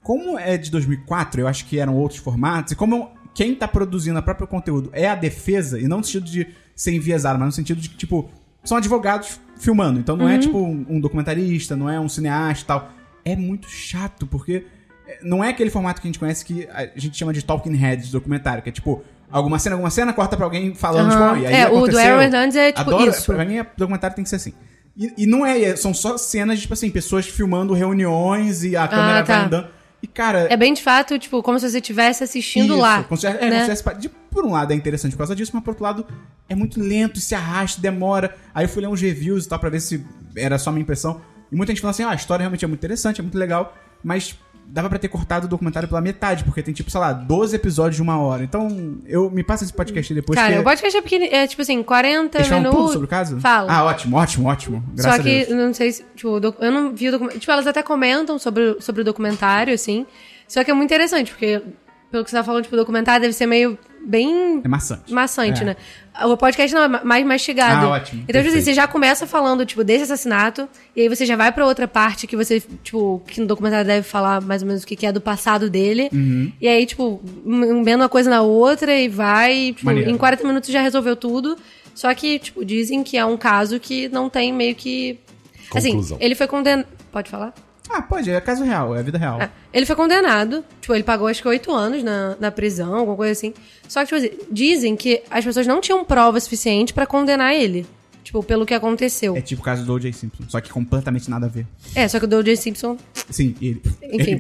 Speaker 1: Como é de 2004, eu acho que eram outros formatos, e como quem tá produzindo o próprio conteúdo é a defesa, e não no sentido de ser enviesado, mas no sentido de que, tipo, são advogados filmando. Então não
Speaker 3: Uhum.
Speaker 1: é, tipo, um, um documentarista, não é um cineasta e tal. É muito chato, porque é, não é aquele formato que a gente conhece que a gente chama de talking heads de documentário, que é, tipo, alguma cena, alguma cena, corta pra alguém falando,
Speaker 3: Aham.
Speaker 1: tipo, "Ah, e aí
Speaker 3: É, o do
Speaker 1: aconteceu".
Speaker 3: Aaron Hernandes é, tipo,
Speaker 1: Adoro,
Speaker 3: isso.
Speaker 1: Pra mim, documentário tem que ser assim. E, e não é, é- são só cenas, tipo assim, pessoas filmando reuniões e a câmera vai
Speaker 3: tá.
Speaker 1: andando. E, cara,
Speaker 3: É bem de fato, tipo, como se você estivesse assistindo
Speaker 1: Isso,
Speaker 3: lá.
Speaker 1: como se- é, como
Speaker 3: né?
Speaker 1: se tivesse pa- de- por um lado é interessante por causa disso, mas por outro lado é muito lento, se arrasta, demora. Aí eu fui ler uns reviews e tal pra ver se era só minha impressão. E muita gente falou assim: ah, a história realmente é muito interessante, é muito legal, mas dava pra ter cortado o documentário pela metade, porque tem tipo, sei lá, 12 episódios de uma hora. Então, eu me passa esse podcast aí depois
Speaker 3: Cara,
Speaker 1: que
Speaker 3: o podcast é pequeno, é tipo assim, 40
Speaker 1: eles falam tudo
Speaker 3: minutos.
Speaker 1: um sobre o caso?
Speaker 3: Falam.
Speaker 1: Ah, ótimo, ótimo, ótimo. Graças
Speaker 3: Só que,
Speaker 1: a Deus.
Speaker 3: não sei se. Tipo, o docu- eu não vi o documentário. Tipo, elas até comentam sobre, o- sobre o documentário, assim. Só que é muito interessante, porque, pelo que você tá falando, tipo, o documentário deve ser meio. bem
Speaker 1: É maçante.
Speaker 3: maçante,
Speaker 1: É.
Speaker 3: né? O podcast não é ma- mais mastigado.
Speaker 1: Ah, ótimo,
Speaker 3: Então, tipo assim,
Speaker 1: perfeito.
Speaker 3: você já começa falando, tipo, desse assassinato, e aí você já vai pra outra parte que você, tipo, que no documentário deve falar mais ou menos o que que é do passado dele.
Speaker 1: Uhum.
Speaker 3: E aí, tipo, emenda uma coisa na outra e vai, tipo,
Speaker 1: Maneiro.
Speaker 3: em 40 minutos já resolveu tudo. Só que, tipo, dizem que é um caso que não tem meio que.
Speaker 2: Conclusão.
Speaker 3: Assim, ele foi condenado. Pode falar?
Speaker 1: Ah, pode, é caso real, é vida real.
Speaker 3: Ele foi condenado, tipo, ele pagou acho que oito anos na, na prisão, alguma coisa assim. Só que, tipo assim, dizem que as pessoas não tinham prova suficiente pra condenar ele. Tipo, pelo que aconteceu.
Speaker 1: É tipo o caso do O.J. Simpson, só que completamente nada a ver.
Speaker 3: É, só que o D.J. Simpson.
Speaker 1: Sim, ele.
Speaker 3: Enfim.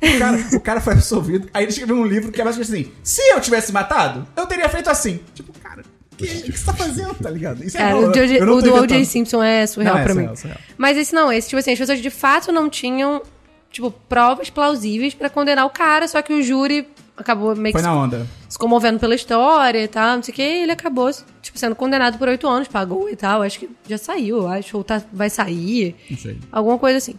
Speaker 1: ele- o, cara, o cara foi absolvido. Aí ele escreveu um livro que é basicamente assim: se eu tivesse matado, eu teria feito assim. Tipo, cara, o que, que você tá fazendo, tá ligado? Isso
Speaker 3: Cara,
Speaker 1: real,
Speaker 3: É, o,
Speaker 1: eu-
Speaker 3: D.J.
Speaker 1: eu não
Speaker 3: o
Speaker 1: tô
Speaker 3: do O.J.
Speaker 1: inventando.
Speaker 3: Simpson é surreal
Speaker 1: Não, é
Speaker 3: pra mim.
Speaker 1: surreal, surreal.
Speaker 3: Mas esse não, esse, tipo assim, as pessoas de fato não tinham, tipo, provas plausíveis pra condenar o cara, só que o júri acabou meio
Speaker 1: Foi
Speaker 3: que se
Speaker 1: na onda.
Speaker 3: se comovendo pela história e tal, não sei o que, ele acabou, tipo, sendo condenado por oito anos, pagou e tal, acho que já saiu, eu acho, ou tá, vai sair,
Speaker 1: Não sei.
Speaker 3: alguma coisa assim.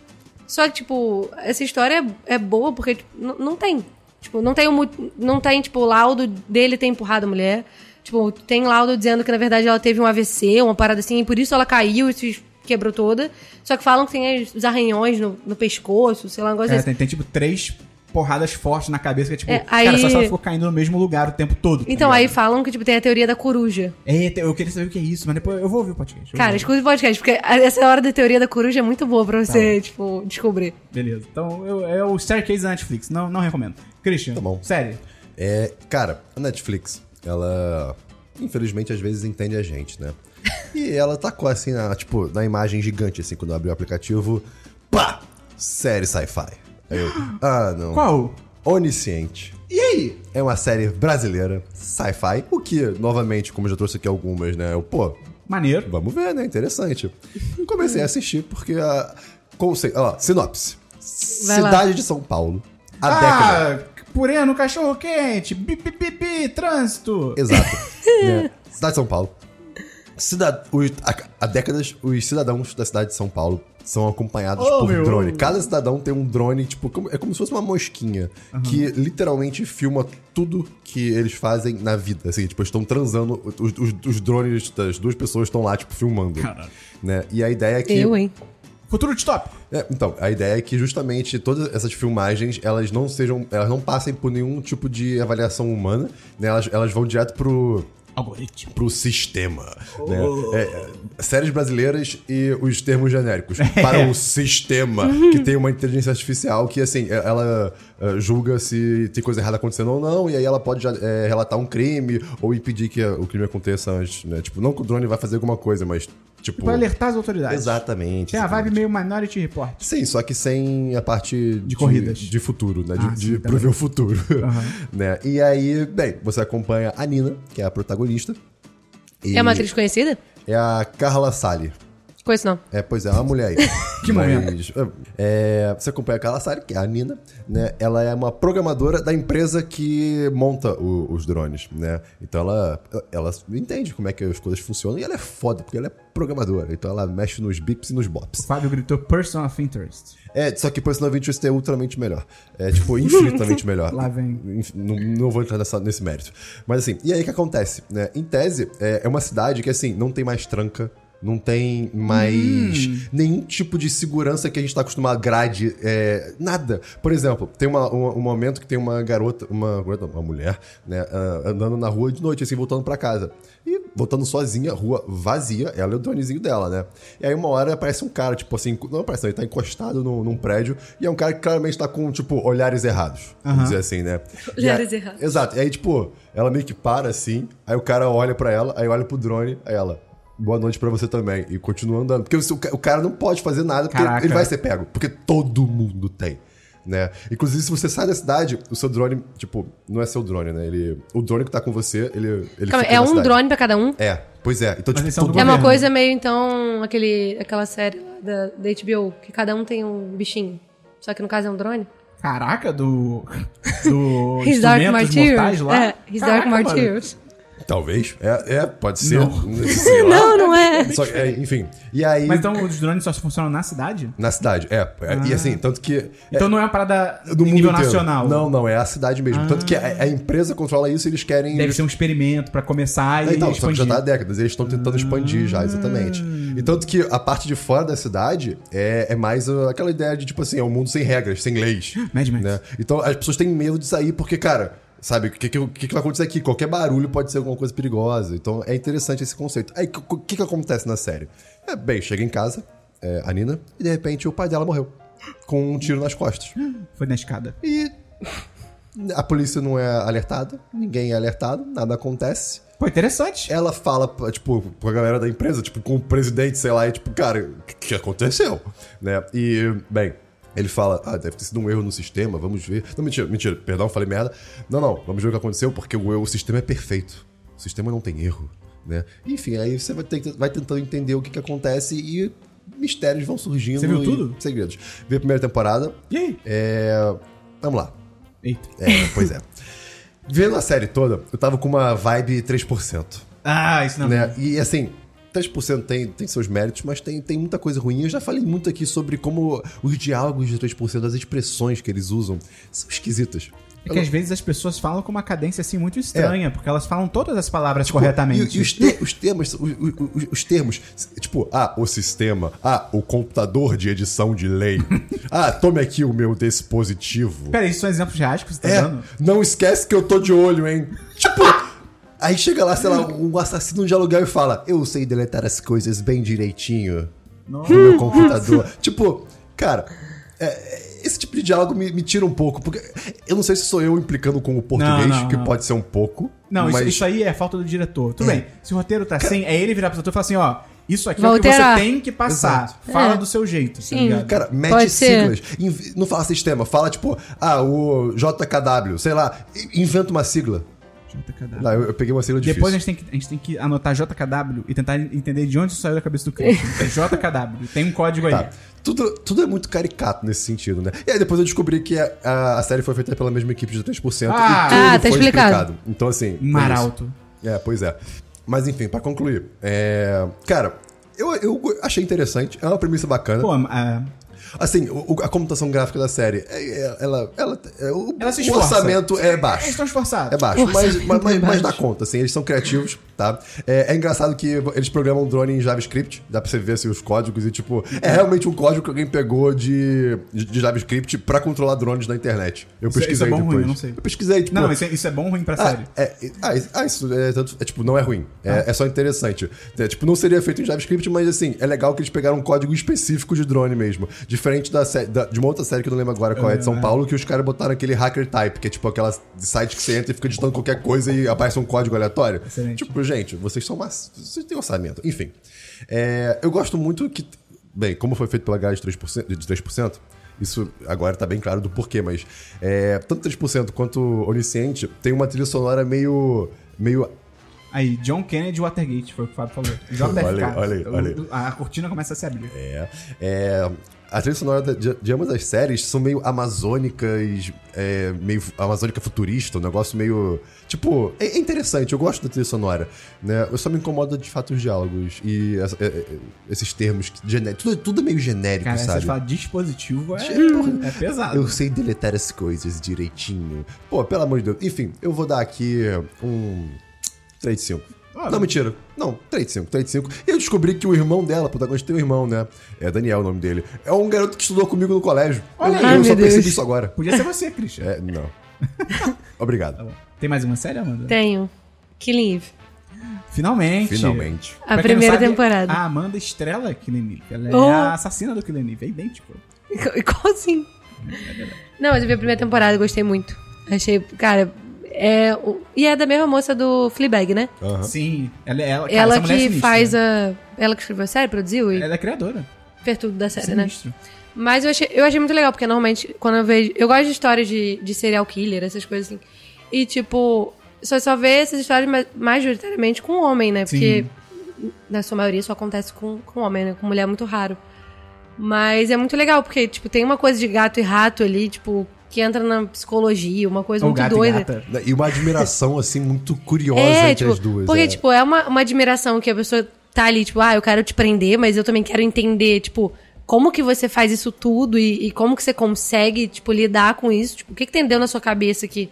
Speaker 3: Só que, tipo, essa história é, é boa porque tipo, n- não tem, tipo, não tem, o mu- não tem, tipo, o laudo dele ter empurrado a mulher, tipo, tem laudo dizendo que, na verdade, ela teve um AVC, uma parada assim, e por isso ela caiu e se quebrou toda, só que falam que tem os arranhões no, no pescoço, sei lá, uma
Speaker 2: É,
Speaker 3: coisa
Speaker 1: Cara,
Speaker 3: assim.
Speaker 1: tem, tem, tipo três porradas fortes na cabeça que é tipo,
Speaker 3: É,
Speaker 1: cara,
Speaker 3: aí-
Speaker 1: só se ela ficou caindo no mesmo lugar o tempo todo. tá
Speaker 3: Então, aí
Speaker 1: ligado?
Speaker 3: falam que, tipo, tem a teoria da coruja.
Speaker 1: É, te- eu queria saber o que é isso, mas depois eu vou ouvir o podcast. eu
Speaker 3: Cara,
Speaker 1: vou.
Speaker 3: escuta o podcast, porque essa hora da teoria da coruja é muito boa pra
Speaker 2: Tá
Speaker 3: você, tipo, descobrir.
Speaker 1: Beleza. Então, eu- é o Staircase da Netflix. Não, não recomendo. Christian,
Speaker 2: Tá bom.
Speaker 1: sério.
Speaker 2: É, cara, a Netflix, ela infelizmente às vezes entende a gente, né? E ela tacou assim, na, tipo, na imagem gigante, assim, quando eu abri o aplicativo, pá! Série sci-fi. Aí eu, ah, não.
Speaker 1: Qual?
Speaker 2: Onisciente.
Speaker 1: E aí?
Speaker 2: É uma série brasileira, sci-fi, o que, novamente, como eu já trouxe aqui algumas, né? Eu, pô,
Speaker 1: Maneiro.
Speaker 2: Vamos ver, né? Interessante. Comecei a assistir porque a. Conceito. Ó, sinopse.
Speaker 3: Vai lá.
Speaker 2: Cidade de São Paulo. A década.
Speaker 1: Ah, purê no cachorro quente, bi, bi, bi, bi, trânsito.
Speaker 2: Exato. Né? Cidade de São Paulo. Cida... os- há- Há décadas, os cidadãos da cidade de São Paulo são acompanhados
Speaker 1: Oh,
Speaker 2: por
Speaker 1: meu.
Speaker 2: drone. Cada cidadão tem um drone, tipo, como- é como se fosse uma mosquinha que literalmente filma tudo que eles fazem na vida. Assim, tipo, eles estão transando, os, os- os drones das duas pessoas estão lá, tipo, filmando.
Speaker 1: Caralho.
Speaker 2: Né? E a ideia é que.
Speaker 3: Eu, hein?
Speaker 1: Futuro de top.
Speaker 2: É, então, a ideia é que justamente todas essas filmagens, elas não sejam, elas não passem por nenhum tipo de avaliação humana, né? Elas, elas vão direto pro,
Speaker 1: Algoritmo.
Speaker 2: pro sistema, né?
Speaker 1: Oh.
Speaker 2: É, é, séries brasileiras e os termos genéricos
Speaker 1: É.
Speaker 2: para o sistema, que tem uma inteligência artificial que, assim, é, ela é, julga se tem coisa errada acontecendo ou não, e aí ela pode já, é, relatar um crime ou impedir que é, o crime aconteça antes, né? Tipo, não que o drone vai fazer alguma coisa, mas, tipo...
Speaker 1: Tipo, alertar as autoridades.
Speaker 2: Exatamente.
Speaker 1: Tem a
Speaker 2: exatamente.
Speaker 1: vibe meio Minority Report.
Speaker 2: Sim, só que sem a parte de,
Speaker 1: corridas.
Speaker 2: De futuro, né?
Speaker 1: Ah,
Speaker 2: de
Speaker 1: sim,
Speaker 2: de
Speaker 1: tá
Speaker 2: prever o futuro. né? E aí, bem, você acompanha a Nina, que é a protagonista. E
Speaker 3: É uma atriz conhecida?
Speaker 2: É a Carla Sali.
Speaker 3: Conheço não.
Speaker 2: É, pois é, é uma mulher aí.
Speaker 1: Que
Speaker 2: é, Você acompanha a Carla Sari, que é a Nina, né? Ela é uma programadora da empresa que monta o- os drones, né? Então ela, ela entende como é que as coisas funcionam e ela é foda, porque ela é programadora. Então ela mexe nos bips e nos bops.
Speaker 1: O Fábio gritou Person of Interest.
Speaker 2: É, só que Personal of Interest é ultramente melhor. É, tipo, infinitamente melhor.
Speaker 1: Lá vem.
Speaker 2: Inf- Não, não vou entrar nessa- nesse mérito. Mas assim, e aí o que acontece? Né? Em tese, é, é uma cidade que, assim, não tem mais tranca. Não tem mais nenhum tipo de segurança que a gente tá acostumado, grade, é, nada. Por exemplo, tem uma- um, um momento que tem uma garota, uma, garota, uma mulher, né, ah, andando na rua de noite, assim, voltando pra casa. E voltando sozinha, rua vazia, ela e o dronezinho dela, né? E aí uma hora aparece um cara, tipo assim, não aparece, não, ele tá encostado num, num prédio, e é um cara que claramente tá com, tipo, olhares errados, vamos dizer assim, né? E
Speaker 3: Olhares
Speaker 2: aí-
Speaker 3: errados.
Speaker 2: Exato, e aí, tipo, ela meio que para assim, aí o cara olha pra ela, aí olha pro drone, aí ela. Boa noite pra você também. E continua andando. Porque o, o cara não pode fazer nada, porque
Speaker 1: Caraca.
Speaker 2: ele vai ser pego. Porque todo mundo tem. né? Inclusive, se você sai da cidade, o seu drone, tipo, não é seu drone, né? Ele, o drone que tá com você, ele, ele
Speaker 3: Calma,
Speaker 2: fica
Speaker 3: é
Speaker 2: na
Speaker 3: um
Speaker 2: cidade.
Speaker 3: drone pra cada um?
Speaker 2: É, pois é. Então,
Speaker 1: Mas um eles são
Speaker 2: tipo, todo
Speaker 1: do
Speaker 3: É
Speaker 2: mundo-
Speaker 3: uma
Speaker 1: governo.
Speaker 3: coisa meio, então, aquele, aquela série lá da, da HBO, que cada um tem um bichinho. Só que no caso é um drone.
Speaker 1: Caraca, do. Do.
Speaker 3: His Dark
Speaker 1: Instrumentos Mortais
Speaker 3: Martyrs.
Speaker 1: lá.
Speaker 3: É, His Dark
Speaker 1: Caraca, mano.
Speaker 3: Martyrs.
Speaker 2: Talvez. É, é, pode ser.
Speaker 1: Não.
Speaker 2: Sei lá.
Speaker 3: Não, não é.
Speaker 2: Só que, é, enfim. E aí.
Speaker 1: Mas Ah. então os drones só funcionam na cidade?
Speaker 2: Na cidade, é. E assim, tanto que. é-
Speaker 1: Então não é uma parada
Speaker 2: do
Speaker 1: em
Speaker 2: mundo
Speaker 1: nível
Speaker 2: inteiro.
Speaker 1: nacional. Ah.
Speaker 2: Não, não, é a cidade mesmo. Tanto que a, a empresa controla isso e eles querem.
Speaker 1: Deve ser um experimento pra começar e
Speaker 2: então, só que
Speaker 1: expandir.
Speaker 2: já tá há décadas, eles estão tentando expandir já, exatamente.
Speaker 1: Hum.
Speaker 2: E tanto que a parte de fora da cidade é, é mais uh, aquela ideia de, tipo assim, é um mundo sem regras, sem leis.
Speaker 1: Mad Max.
Speaker 2: né? Então as pessoas têm medo de sair porque, cara, sabe, o que, que, o que que vai acontecer aqui? Qualquer barulho pode ser alguma coisa perigosa. Então é interessante esse conceito. Aí o que, que, que acontece na série? É, bem, chega em casa, é, a Nina, e de repente o pai dela morreu. Com um tiro nas costas.
Speaker 1: Foi na escada.
Speaker 2: E a polícia não é alertada, ninguém é alertado, nada acontece.
Speaker 1: Pô, interessante.
Speaker 2: Ela fala, pra, tipo, pra galera da empresa, tipo, com o presidente, sei lá, e tipo, cara, o que, que aconteceu? Né? E, bem, ele fala, ah, deve ter sido um erro no sistema, vamos ver. Não, mentira, mentira, perdão, falei merda. Não, não, vamos ver o que aconteceu, porque o, o sistema é perfeito. O sistema não tem erro, né? Enfim, aí você vai, tenta- vai tentando entender o que, que acontece e mistérios vão surgindo.
Speaker 1: Você viu
Speaker 2: e
Speaker 1: tudo?
Speaker 2: Segredos. Vi a primeira temporada,
Speaker 1: E aí?
Speaker 2: é... Vamos lá.
Speaker 1: Eita.
Speaker 2: É, pois é. Vendo a série toda, eu tava com uma vibe 3%.
Speaker 1: Ah, isso não.
Speaker 2: Né? E assim, 3% tem, tem seus méritos, mas tem, tem muita coisa ruim. Eu já falei muito aqui sobre como os diálogos de 3%, as expressões que eles usam, são esquisitas.
Speaker 1: É que às vezes as pessoas falam com uma cadência assim muito estranha, porque elas falam todas as palavras corretamente.
Speaker 2: É. Tipo, E, e os, te- os temas, os, os- os termos, tipo, ah, o sistema, ah, o computador de edição de lei, ah, tome aqui o meu dispositivo.
Speaker 1: Peraí, isso são exemplos reais que você tá
Speaker 2: É,
Speaker 1: dando?
Speaker 2: não esquece que eu tô de olho, hein? Tipo, aí chega lá, sei lá, um assassino de aluguel e fala: Eu sei deletar as coisas bem direitinho
Speaker 1: Nossa.
Speaker 2: no meu computador. tipo, cara. é, é, esse tipo de diálogo me, me tira um pouco, porque eu não sei se sou eu implicando com o português,
Speaker 1: Não, não,
Speaker 2: que
Speaker 1: não.
Speaker 2: pode ser um pouco.
Speaker 1: Não, isso-
Speaker 2: mas
Speaker 1: isso, aí é falta do diretor. Tudo
Speaker 2: É.
Speaker 1: bem, se o roteiro tá assim, é ele virar pro ator e falar assim, ó, isso aqui
Speaker 3: Vou
Speaker 1: é o que
Speaker 3: alterar.
Speaker 1: você tem que passar. Fala
Speaker 3: É.
Speaker 1: do seu jeito, tá
Speaker 3: Sim.
Speaker 1: ligado?
Speaker 2: Cara, mete
Speaker 3: Pode ser.
Speaker 2: siglas. Inv- Não fala sistema, fala tipo, ah, o JKW, sei lá, i- inventa uma sigla.
Speaker 1: JKW.
Speaker 2: Não, eu, eu peguei uma sigla difícil.
Speaker 1: Depois a gente, tem que, a gente tem que anotar JKW e tentar entender de onde isso saiu da cabeça do Christian. É JKW, tem um código
Speaker 2: Tá.
Speaker 1: aí.
Speaker 2: Tudo, tudo é muito caricato nesse sentido, né? E aí depois eu descobri que a, a- a série foi feita pela mesma equipe de 3%
Speaker 1: Ah!
Speaker 2: e tudo
Speaker 3: Ah, tá
Speaker 2: foi
Speaker 3: explicado.
Speaker 2: Então, assim. é
Speaker 1: Maralto.
Speaker 2: isso. É, pois é. Mas enfim, pra concluir. é, Cara, eu, eu achei interessante. É uma premissa bacana.
Speaker 1: Pô, ah,
Speaker 2: Assim, o- o- a computação gráfica da série, é- é- ela. ela, é, o,
Speaker 1: Ela se
Speaker 2: o
Speaker 1: esforça.
Speaker 2: orçamento é
Speaker 1: eles
Speaker 2: baixo.
Speaker 1: estão esforçados.
Speaker 2: É baixo, mas, mas, mas,
Speaker 3: é
Speaker 2: mas
Speaker 3: baixo.
Speaker 2: dá conta, assim, eles são criativos, tá? É, é engraçado que eles programam drone em JavaScript, dá pra você ver assim, os códigos e, tipo, é realmente um código que alguém pegou de, de, de JavaScript pra controlar drones na internet. Eu
Speaker 1: Isso é-
Speaker 2: pesquisei
Speaker 1: isso é bom ou ruim?
Speaker 2: depois.
Speaker 1: Eu não sei.
Speaker 2: Eu pesquisei, tipo.
Speaker 1: Não, não, isso é, isso é bom ou ruim pra
Speaker 2: ah,
Speaker 1: série? Ah.
Speaker 2: é, é- ah, isso- ah, isso é, tanto, é, tipo, não é ruim. É, é só interessante. É, tipo, não seria feito em JavaScript, mas assim, é legal que eles pegaram um código específico de drone mesmo. Diferente da, sé- da- de uma outra série que eu não lembro agora qual é, de São Paulo, que os caras botaram aquele hacker type, que é tipo aquela site que você entra e fica digitando qualquer coisa e aparece um código aleatório.
Speaker 1: Excelente.
Speaker 2: Tipo, gente, vocês são mass... Vocês têm orçamento. Enfim. É, eu gosto muito que. Bem, como foi feito pela grade de 3%, de 3% isso agora tá bem claro do porquê, mas é, tanto 3% quanto Onisciente tem uma trilha sonora meio. meio.
Speaker 1: Aí, John Kennedy Watergate, foi o que o Fábio falou. JFK.
Speaker 2: Olha aí, olha aí, olha aí.
Speaker 1: O- A cortina começa a se abrir.
Speaker 2: É. é, a trilha sonora da- de, de ambas as séries são meio amazônicas, é, meio f- amazônica futurista, um negócio meio. Tipo, é, é interessante, eu gosto da trilha sonora. Né? Eu só me incomoda de fato os diálogos e essa- é, é, esses termos. que- Gené tudo, tudo é meio genérico,
Speaker 1: Cara,
Speaker 2: sabe?
Speaker 1: você fala dispositivo, é, é pesado.
Speaker 2: Eu sei deletar as coisas direitinho. Pô, pelo amor de Deus. Enfim, eu vou dar aqui um. 3 de 5.
Speaker 1: Ah,
Speaker 2: não, mentira. Não, 3 de 5, 3 de 5. E eu descobri que o irmão dela, protagonista tem um irmão, né? É Daniel o nome dele. É um garoto que estudou comigo no colégio.
Speaker 1: Olha
Speaker 2: eu
Speaker 1: aí.
Speaker 2: eu
Speaker 3: Ai,
Speaker 2: só
Speaker 3: meu
Speaker 2: percebi
Speaker 3: Deus.
Speaker 2: isso agora.
Speaker 1: Podia ser você, Christian.
Speaker 2: É, não.
Speaker 1: Tá
Speaker 2: Obrigado.
Speaker 1: bom. Tem mais uma série, Amanda?
Speaker 3: Tenho. Killing Eve.
Speaker 1: Finalmente.
Speaker 2: Finalmente.
Speaker 1: Pra
Speaker 3: A
Speaker 1: quem não
Speaker 3: primeira
Speaker 1: sabe,
Speaker 3: temporada.
Speaker 1: A Amanda estrela Killen Eve. Ela é
Speaker 3: Oh.
Speaker 1: a assassina do Killen Eve. É idêntico.
Speaker 3: Igualzinho. assim? Não, mas eu vi a primeira temporada, gostei muito. Achei, cara, é. o- E é da mesma moça do Fleabag, né?
Speaker 2: Aham.
Speaker 1: Sim. Ela, é- ela, cara,
Speaker 3: ela
Speaker 1: essa mulher é
Speaker 3: que
Speaker 1: sinistra.
Speaker 3: faz a. Ela que escreveu a série, produziu e
Speaker 1: Ela é criadora.
Speaker 3: fez tudo da série, né?
Speaker 1: Sinistro.
Speaker 3: Mas eu achei, eu achei muito legal, porque normalmente, quando eu vejo. Eu gosto de histórias de, de serial killer, essas coisas assim. E, tipo, só só vê essas histórias ma- majoritariamente com homem, né? Porque na sua maioria só acontece com, com homem, né? Com mulher é muito raro. Mas é muito legal, porque, tipo, tem uma coisa de gato e rato ali, tipo, que entra na psicologia, uma coisa
Speaker 1: Ou
Speaker 3: muito
Speaker 1: gato
Speaker 3: doida.
Speaker 1: e gata.
Speaker 2: Né, E uma admiração, assim, muito curiosa
Speaker 3: É,
Speaker 2: entre
Speaker 3: tipo,
Speaker 2: as duas.
Speaker 3: porque,
Speaker 2: é.
Speaker 3: tipo, é uma, uma admiração que a pessoa tá ali, tipo, ah, eu quero te prender, mas eu também quero entender, tipo, como que você faz isso tudo e, e como que você consegue, tipo, lidar com isso. Tipo, o que que entendeu na sua cabeça que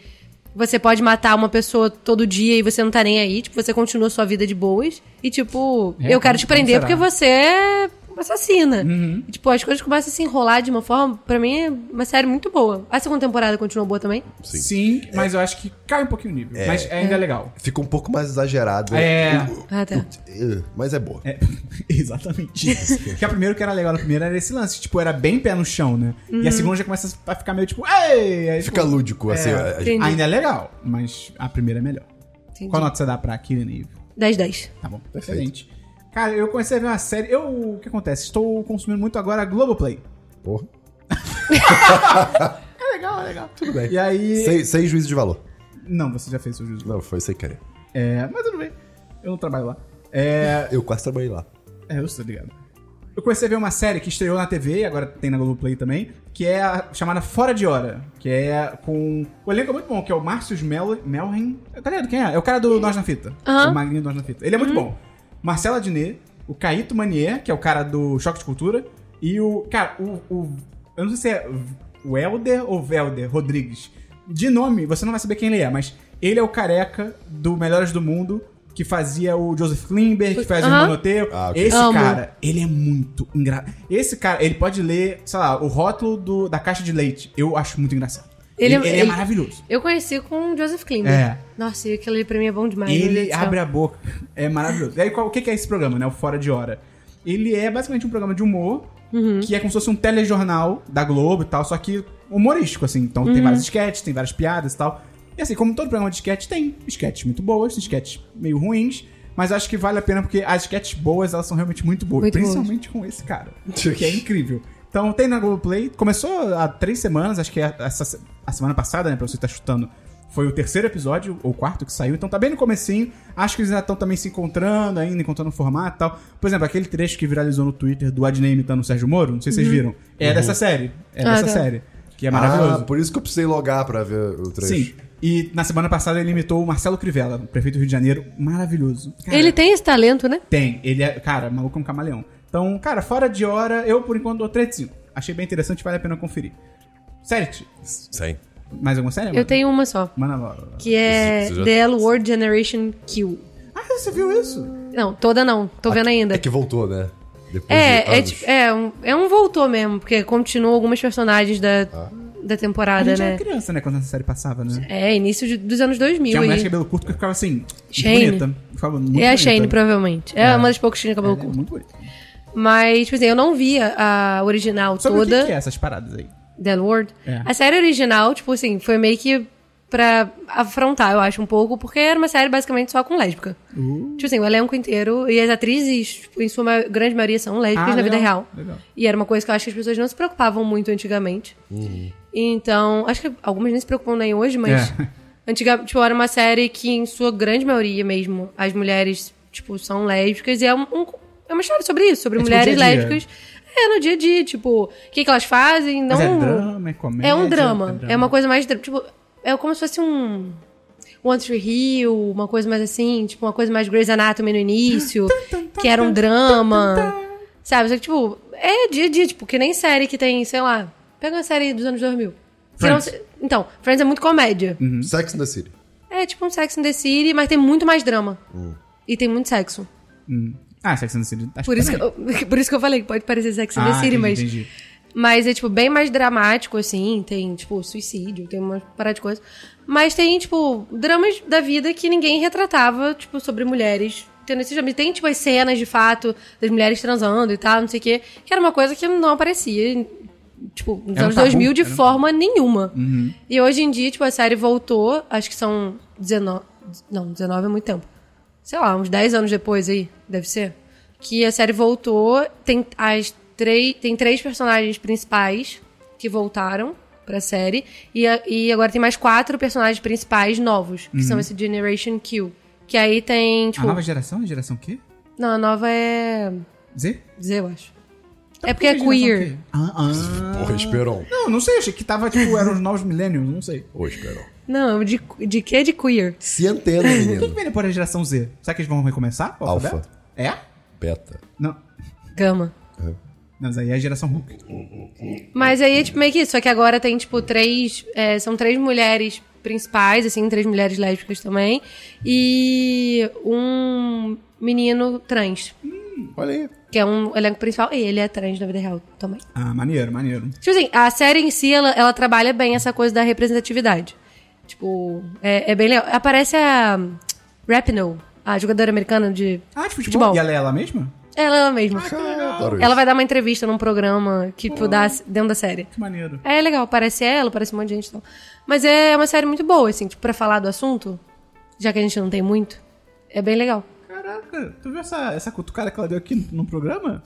Speaker 3: você pode matar uma pessoa todo dia e você não tá nem aí? Tipo, você continua sua vida de boas e, tipo,
Speaker 1: É,
Speaker 3: eu quero te
Speaker 1: como-
Speaker 3: prender
Speaker 1: como
Speaker 3: porque
Speaker 1: será?
Speaker 3: você é uma assassina. E, Tipo, as coisas começam a se enrolar de uma forma, pra mim, é uma série muito boa. A segunda temporada continua boa também.
Speaker 1: Sim, mas eu acho que cai um pouquinho o nível. Mas ainda é legal.
Speaker 2: Fica um pouco mais exagerado.
Speaker 1: É.
Speaker 3: Ah, tá.
Speaker 2: Eh, Mas é boa.
Speaker 1: É, exatamente. Porque a primeira que era legal na primeira era esse lance, tipo, era bem pé no chão, né? E
Speaker 3: Uhum.
Speaker 1: a segunda já começa a ficar meio tipo, ei! Aí,
Speaker 2: Fica lúdico, assim.
Speaker 1: É.
Speaker 2: é-
Speaker 3: Entendi.
Speaker 1: Ainda é legal, mas a primeira é melhor.
Speaker 3: Entendi.
Speaker 1: Qual nota você dá pra Killian Eve?
Speaker 3: 10-10.
Speaker 1: Tá bom,
Speaker 2: Perfeito.
Speaker 1: excelente. Cara, eu comecei a ver uma série. Eu, o que acontece? Estou consumindo muito agora Globoplay.
Speaker 2: Porra.
Speaker 1: É legal, é legal.
Speaker 2: Tudo bem.
Speaker 1: E aí.
Speaker 2: Sem, sem juízo de valor.
Speaker 1: Não, você já fez seu juízo.
Speaker 2: Não, foi sem querer.
Speaker 1: É, mas tudo bem. Eu não trabalho lá. É,
Speaker 2: Eu quase trabalhei lá.
Speaker 1: é eu estou ligado. Eu comecei a ver uma série que estreou na TV e agora tem na Globoplay também, que é a chamada Fora de Hora, que é com... O elenco é muito bom, que é o Márcio Mel... Melhen... Tá ligado quem é? É o cara do Nós na Fita.
Speaker 3: Aham. Uhum.
Speaker 1: O magrinho do Nós na Fita. Ele é muito bom. Marcela Diné, o Caíto Manier, que é o cara do Choque de Cultura, e o... Cara, o... o- eu não sei se é o Helder ou Velder Rodrigues. De nome, você não vai saber quem ele é, mas ele é o careca do Melhores do Mundo, que fazia o Joseph Klimber, que faz o
Speaker 3: Aham.
Speaker 1: Monoteu.
Speaker 2: Ah, ok.
Speaker 1: Esse
Speaker 3: Amo.
Speaker 1: cara... Cara, ele é muito engraçado. Esse cara, ele pode ler, sei lá, o rótulo do- da caixa de leite. Eu acho muito engraçado.
Speaker 3: Ele-
Speaker 1: Ele, ele é
Speaker 3: ele-
Speaker 1: maravilhoso.
Speaker 3: Eu conheci com o Joseph Klimber.
Speaker 1: É.
Speaker 3: Nossa, e aquele pra mim é bom demais. meu Deus
Speaker 1: Ele
Speaker 3: do céu.
Speaker 1: abre a boca. É maravilhoso. E aí, qual- o que que é esse programa, né? O Fora de Hora. Ele é basicamente um programa de humor,
Speaker 3: Uhum.
Speaker 1: que é como se fosse um telejornal da Globo e tal, só que humorístico, assim. Então
Speaker 3: Uhum.
Speaker 1: tem vários sketches, tem várias piadas e tal. E assim, como todo programa de sketch, tem sketches muito boas, sketches meio ruins. Mas eu acho que vale a pena porque as sketches boas, elas são realmente muito boas.
Speaker 3: Muito boas.
Speaker 1: principalmente com esse cara. que é incrível. Então tem na Globoplay. Começou há três semanas, acho que é essa, se- a semana passada, né? Pra você estar chutando. Foi o terceiro episódio, ou o quarto que saiu, então tá bem no comecinho. Acho que eles ainda estão também se encontrando ainda, encontrando o formato e tal. Por exemplo, aquele trecho que viralizou no Twitter do Adnei imitando o Sérgio Moro, não sei se vocês viram. É dessa série. É
Speaker 3: Uhum. Ah,
Speaker 1: dessa
Speaker 3: tá.
Speaker 1: série. Que é maravilhoso.
Speaker 2: Ah, por isso que eu precisei logar pra ver o trecho.
Speaker 1: Sim. E na semana passada ele imitou o Marcelo Crivella, o prefeito do Rio de Janeiro. Maravilhoso. Cara,
Speaker 3: Ele tem esse talento, né?
Speaker 1: tem, ele é. Cara, o maluco é um camaleão. Então, cara, fora de hora, eu por enquanto dou 3 de 5. Achei bem interessante, vale a pena conferir. Sete.
Speaker 2: Sim.
Speaker 1: Mais alguma série?
Speaker 3: Eu tenho uma só.
Speaker 1: Mana Laura.
Speaker 3: Que é
Speaker 2: Você já-
Speaker 3: The L Word Generation Q.
Speaker 1: Ah, você viu isso?
Speaker 3: Não, toda não. Tô vendo ainda.
Speaker 2: É que voltou, né? Depois de
Speaker 3: É, é,
Speaker 2: anos.
Speaker 3: tipo- é, um, é um voltou mesmo, porque continuam algumas personagens da,
Speaker 2: Ah.
Speaker 3: da
Speaker 1: A
Speaker 3: temporada,
Speaker 1: gente era
Speaker 3: né?
Speaker 1: criança, né, quando essa série passava, né?
Speaker 3: É, início de- dos anos 2000.
Speaker 1: Tinha uma mulher de
Speaker 3: aí.
Speaker 1: cabelo curto que ficava assim,
Speaker 3: Shane.
Speaker 1: bonita. Ficava muito
Speaker 3: É a
Speaker 1: bonita.
Speaker 3: Shane, provavelmente. É, uma das poucas que tinha cabelo
Speaker 1: Ela é
Speaker 3: curto.
Speaker 1: muito bonita.
Speaker 3: Mas, tipo assim, eu não via a original
Speaker 1: Sobre
Speaker 3: toda.
Speaker 1: o que que é essas paradas aí?
Speaker 3: Dead World.
Speaker 1: É.
Speaker 3: A série original, tipo assim, foi meio que pra afrontar, eu acho, um pouco, porque era uma série basicamente só com lésbica.
Speaker 1: Uh.
Speaker 3: Tipo assim, o elenco inteiro e as atrizes, tipo, em sua ma- grande maioria, são lésbicas
Speaker 1: Ah,
Speaker 3: na vida
Speaker 1: legal,
Speaker 3: real.
Speaker 1: legal.
Speaker 3: E era uma coisa que eu acho que as pessoas não se preocupavam muito antigamente. Então, acho que algumas nem se preocupam nem hoje, mas.
Speaker 1: É.
Speaker 3: Antiga, tipo, era uma série que, em sua grande maioria mesmo, as mulheres, tipo, são lésbicas e é, um, um- é uma história sobre isso, sobre
Speaker 1: É tipo
Speaker 3: mulheres
Speaker 1: dia a dia.
Speaker 3: lésbicas. É, no dia a dia, tipo, o que, que elas fazem, não...
Speaker 1: Mas é drama, é comédia?
Speaker 3: É um drama. É,
Speaker 1: drama.
Speaker 3: uma coisa mais. dra- Tipo, é como se fosse um. One Tree Hill, uma coisa mais assim, tipo, uma coisa mais Grey's Anatomy no início, que era um drama. Sabe? Só que, tipo, é dia a dia, tipo, que nem série que tem, sei lá. Pega uma série dos anos 2000. Que não
Speaker 1: Friends. Uhum.
Speaker 3: se- então, Friends é muito comédia.
Speaker 2: Sex and the City.
Speaker 3: É tipo um Sex and the City, mas tem muito mais drama.
Speaker 1: Uh.
Speaker 3: E tem muito sexo.
Speaker 1: Hum. Ah, Sex and the City. acho
Speaker 3: Por isso, que
Speaker 1: também.
Speaker 3: eu, por isso que eu falei que pode parecer Sex and
Speaker 1: Ah,
Speaker 3: the City,
Speaker 1: entendi,
Speaker 3: mas.
Speaker 1: entendi.
Speaker 3: Mas é, tipo, bem mais dramático, assim. Tem, tipo, suicídio, tem uma parada de coisa. Mas tem, tipo, dramas da vida que ninguém retratava, tipo, sobre mulheres. Tendo esses dramas. E Tem, tipo, as cenas, de fato, das mulheres transando e tal, não sei o quê. Que era uma coisa que não aparecia, tipo, nos
Speaker 1: Era um
Speaker 3: anos
Speaker 1: tabu,
Speaker 3: 2000 de
Speaker 1: era um-
Speaker 3: forma nenhuma. E hoje em dia, tipo, a série voltou, acho que são 19... Não, 19 é muito tempo. Sei lá, uns 10 anos depois aí, deve ser. Que a série voltou, tem as três, tem três personagens principais que voltaram pra série. E, a- e agora tem mais quatro personagens principais novos, que são esse Generation Q. Que aí tem,
Speaker 1: A
Speaker 3: tipo.
Speaker 1: Ah, nova geração? A geração quê?
Speaker 3: Não, a nova é.
Speaker 1: Z?
Speaker 3: Z, eu acho. é porque
Speaker 1: Então, a
Speaker 3: é
Speaker 1: geração
Speaker 3: queer.
Speaker 1: quê? Ah, ah.
Speaker 2: Porra, Esperon.
Speaker 1: Não, não sei, achei que tava, tipo, eram os novos millennials, não sei.
Speaker 2: Ô, Esperon.
Speaker 3: Não, de, de que é de queer?
Speaker 2: Se antena, menino.
Speaker 1: Tudo bem depois da geração Z. Será que eles vão recomeçar? o
Speaker 2: Alpha.
Speaker 1: alfabeto? É?
Speaker 2: Beta.
Speaker 1: Não.
Speaker 3: Gama.
Speaker 1: Não, mas aí é a geração Hulk.
Speaker 3: Mas aí é tipo meio que isso, só que agora tem, tipo, três. é, são três mulheres principais, assim, três mulheres lésbicas também. E um menino trans.
Speaker 2: Olha aí.
Speaker 3: Que é um elenco principal. E ele é trans na vida real também.
Speaker 1: Ah, maneiro, maneiro.
Speaker 3: Tipo assim, a série em si, ela, ela trabalha bem essa coisa da representatividade. Tipo, é, é bem legal. Aparece a hum, Rapinoe, a jogadora americana de
Speaker 1: Ah, de futebol. Ah,
Speaker 3: futebol.
Speaker 1: E ela é ela mesma?
Speaker 3: Ela, ela mesma.
Speaker 2: Adoro isso.
Speaker 3: ela vai dar uma entrevista num programa que, tipo, dá dentro da série.
Speaker 1: Que maneiro.
Speaker 3: É legal, parece ela, parece um monte de gente. e tal. Mas é uma série muito boa, assim, tipo, pra falar do assunto, já que a gente não tem muito, é bem legal.
Speaker 1: Caraca, tu viu essa, essa cutucada que ela deu aqui no programa?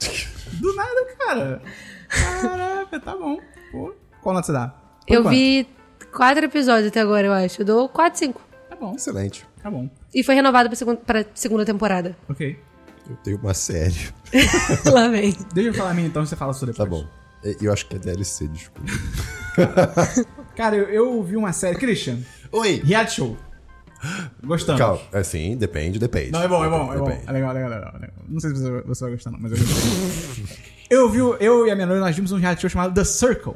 Speaker 1: Do nada, cara. Caraca, tá bom. Pô. Qual nota você dá? Por
Speaker 3: eu
Speaker 1: quanto?
Speaker 3: vi quatro episódios até agora, eu acho. Eu dou quatro, cinco.
Speaker 1: Tá bom,
Speaker 2: Excelente.
Speaker 1: tá bom.
Speaker 3: E foi renovada pra, segun- pra segunda temporada.
Speaker 1: Ok.
Speaker 2: Eu tenho uma série.
Speaker 3: Lá vem.
Speaker 1: Deixa eu falar a minha então, você fala a sua
Speaker 2: Tá
Speaker 1: depois.
Speaker 2: bom. E- Eu acho que é DLC, desculpa.
Speaker 1: Cara, eu, eu vi uma série. Christian,
Speaker 2: Oi!
Speaker 1: reality show. Gostamos.
Speaker 2: Calma. Assim, depende, depende.
Speaker 1: Não, é bom, é bom, é bom.
Speaker 2: Depende.
Speaker 1: É legal, é legal, é legal, é legal. Não sei se você, você vai gostar, não, mas eu gostei. eu vi, o- eu e a minha noiva, nós vimos um reality show chamado The Circle.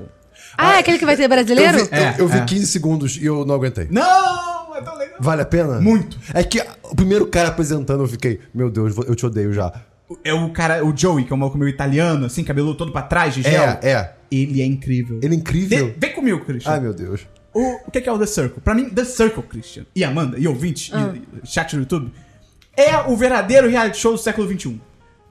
Speaker 3: Ah, é aquele que vai ter brasileiro?
Speaker 2: Eu vi, eu-
Speaker 1: É,
Speaker 2: eu vi
Speaker 1: é.
Speaker 2: 15 segundos e eu não aguentei.
Speaker 1: Não! É tão legal!
Speaker 2: Vale a pena?
Speaker 1: Muito.
Speaker 2: É que o primeiro cara apresentando eu fiquei, meu Deus, eu te odeio já.
Speaker 1: É o cara, o Joey, que é um maluco meio italiano, assim, cabelo todo pra trás, de gel.
Speaker 2: É, é.
Speaker 1: Ele é incrível.
Speaker 2: Ele é incrível.
Speaker 1: Vê- vem comigo, Christian.
Speaker 2: Ai, meu Deus.
Speaker 1: O, o que que é o The Circle? Pra mim, The Circle, Christian, e Amanda, e ouvinte,
Speaker 3: Ah.
Speaker 1: e, e chat no YouTube, é o verdadeiro reality show do século XXI.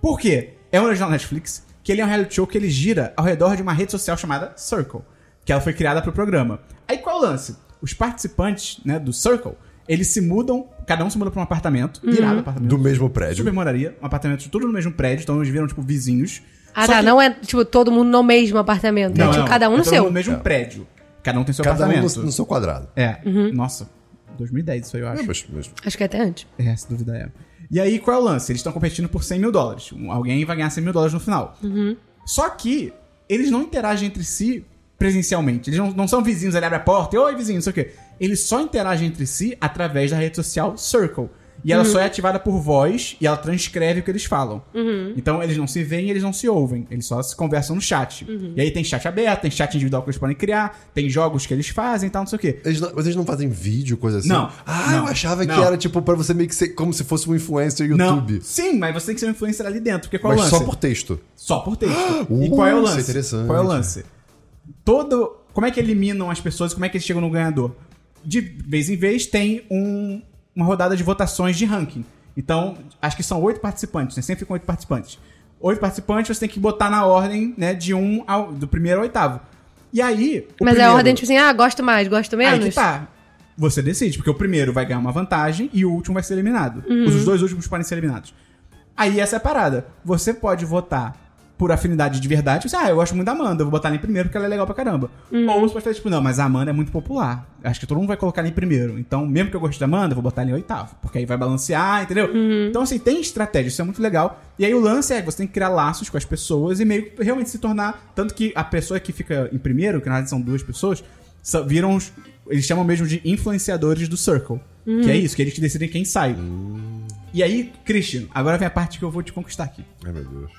Speaker 1: Por quê? É um original Netflix, que ele é um reality show que ele gira ao redor de uma rede social chamada Circle, que ela foi criada pro programa. Aí qual é o lance? Os participantes né, do Circle, eles se mudam, cada um se muda pra um apartamento,
Speaker 3: Uhum.
Speaker 1: irado apartamento.
Speaker 2: Do mesmo prédio.
Speaker 1: Super moraria, um apartamento tudo no mesmo prédio, então eles viram, tipo, vizinhos.
Speaker 3: Ah,
Speaker 1: Só
Speaker 3: tá.
Speaker 1: que-
Speaker 3: Não é, tipo, todo mundo no mesmo apartamento. é, tipo, cada um
Speaker 1: é
Speaker 3: no
Speaker 1: todo
Speaker 3: seu.
Speaker 1: mundo No mesmo prédio. Cada um tem seu
Speaker 2: Cada um
Speaker 1: apartamento.
Speaker 2: no, no seu quadrado.
Speaker 1: É. Nossa, 2010 isso aí, eu
Speaker 2: É,
Speaker 1: acho.
Speaker 2: mas, mas-
Speaker 3: Acho que até antes.
Speaker 1: É, se duvidar é. E aí, qual é o lance? Eles estão competindo por 100 mil dólares. Um- Alguém vai ganhar 100 mil dólares no final. Só que eles não interagem entre si presencialmente. Eles não, não são vizinhos, ele abre a porta e, oi, vizinho, não sei o quê. Eles só interagem entre si através da rede social Circle. E ela só é ativada por voz e ela transcreve o que eles falam. Então eles não se veem, eles não se ouvem. Eles só se conversam no chat. E aí tem chat aberto, tem chat individual que eles podem criar, tem jogos que eles fazem e tal, não sei o quê.
Speaker 2: eles não, mas eles não fazem vídeo, coisa assim?
Speaker 1: Não.
Speaker 2: Ah,
Speaker 1: Não.
Speaker 2: eu achava que
Speaker 1: Não.
Speaker 2: era tipo pra você meio que ser como se fosse um influencer
Speaker 1: Não,
Speaker 2: YouTube.
Speaker 1: sim, mas você tem que ser um influencer ali dentro, porque qual é o
Speaker 2: Mas
Speaker 1: lance?
Speaker 2: só por texto.
Speaker 1: Só por texto.
Speaker 2: Uh,
Speaker 1: e qual é o
Speaker 2: isso é
Speaker 1: lance?
Speaker 2: interessante.
Speaker 1: Qual é o lance? Todo. Como é que eliminam as pessoas? Como é que eles chegam no ganhador? De vez em vez tem um- uma rodada de votações de ranking. Então, acho que são oito participantes, né? Sempre ficam oito participantes. Oito participantes você tem que botar na ordem, né? De um ao. Do primeiro ao oitavo. E aí. o
Speaker 3: Mas é a
Speaker 1: primeiro-
Speaker 3: ordem, tipo assim, ah, gosto mais, gosto menos.
Speaker 1: Aí que tá. Você decide, porque o primeiro vai ganhar uma vantagem e o último vai ser eliminado.
Speaker 3: Uhum.
Speaker 1: Os dois últimos podem ser eliminados. Aí essa é a parada. Você pode votar por afinidade de verdade. Você, ah, eu gosto muito da Amanda, eu vou botar ela em primeiro porque ela é legal pra caramba.
Speaker 3: Uhum.
Speaker 1: Ou você pode falar, tipo, não, mas a Amanda é muito popular. Acho que todo mundo vai colocar ela em primeiro. Então, mesmo que eu goste da Amanda, eu vou botar ela em oitavo. Porque aí vai balancear, entendeu?
Speaker 3: Uhum.
Speaker 1: Então, assim, tem estratégia, isso é muito legal. E aí o lance é que você tem que criar laços com as pessoas e meio que realmente se tornar. Tanto que a pessoa que fica em primeiro, que na verdade são duas pessoas, são- viram os- Eles chamam mesmo de influenciadores do Circle.
Speaker 3: Uhum.
Speaker 1: Que é isso, que eles que decidem quem sai. E aí, Christian, agora vem a parte que eu vou te conquistar aqui.
Speaker 2: Ai, meu Deus.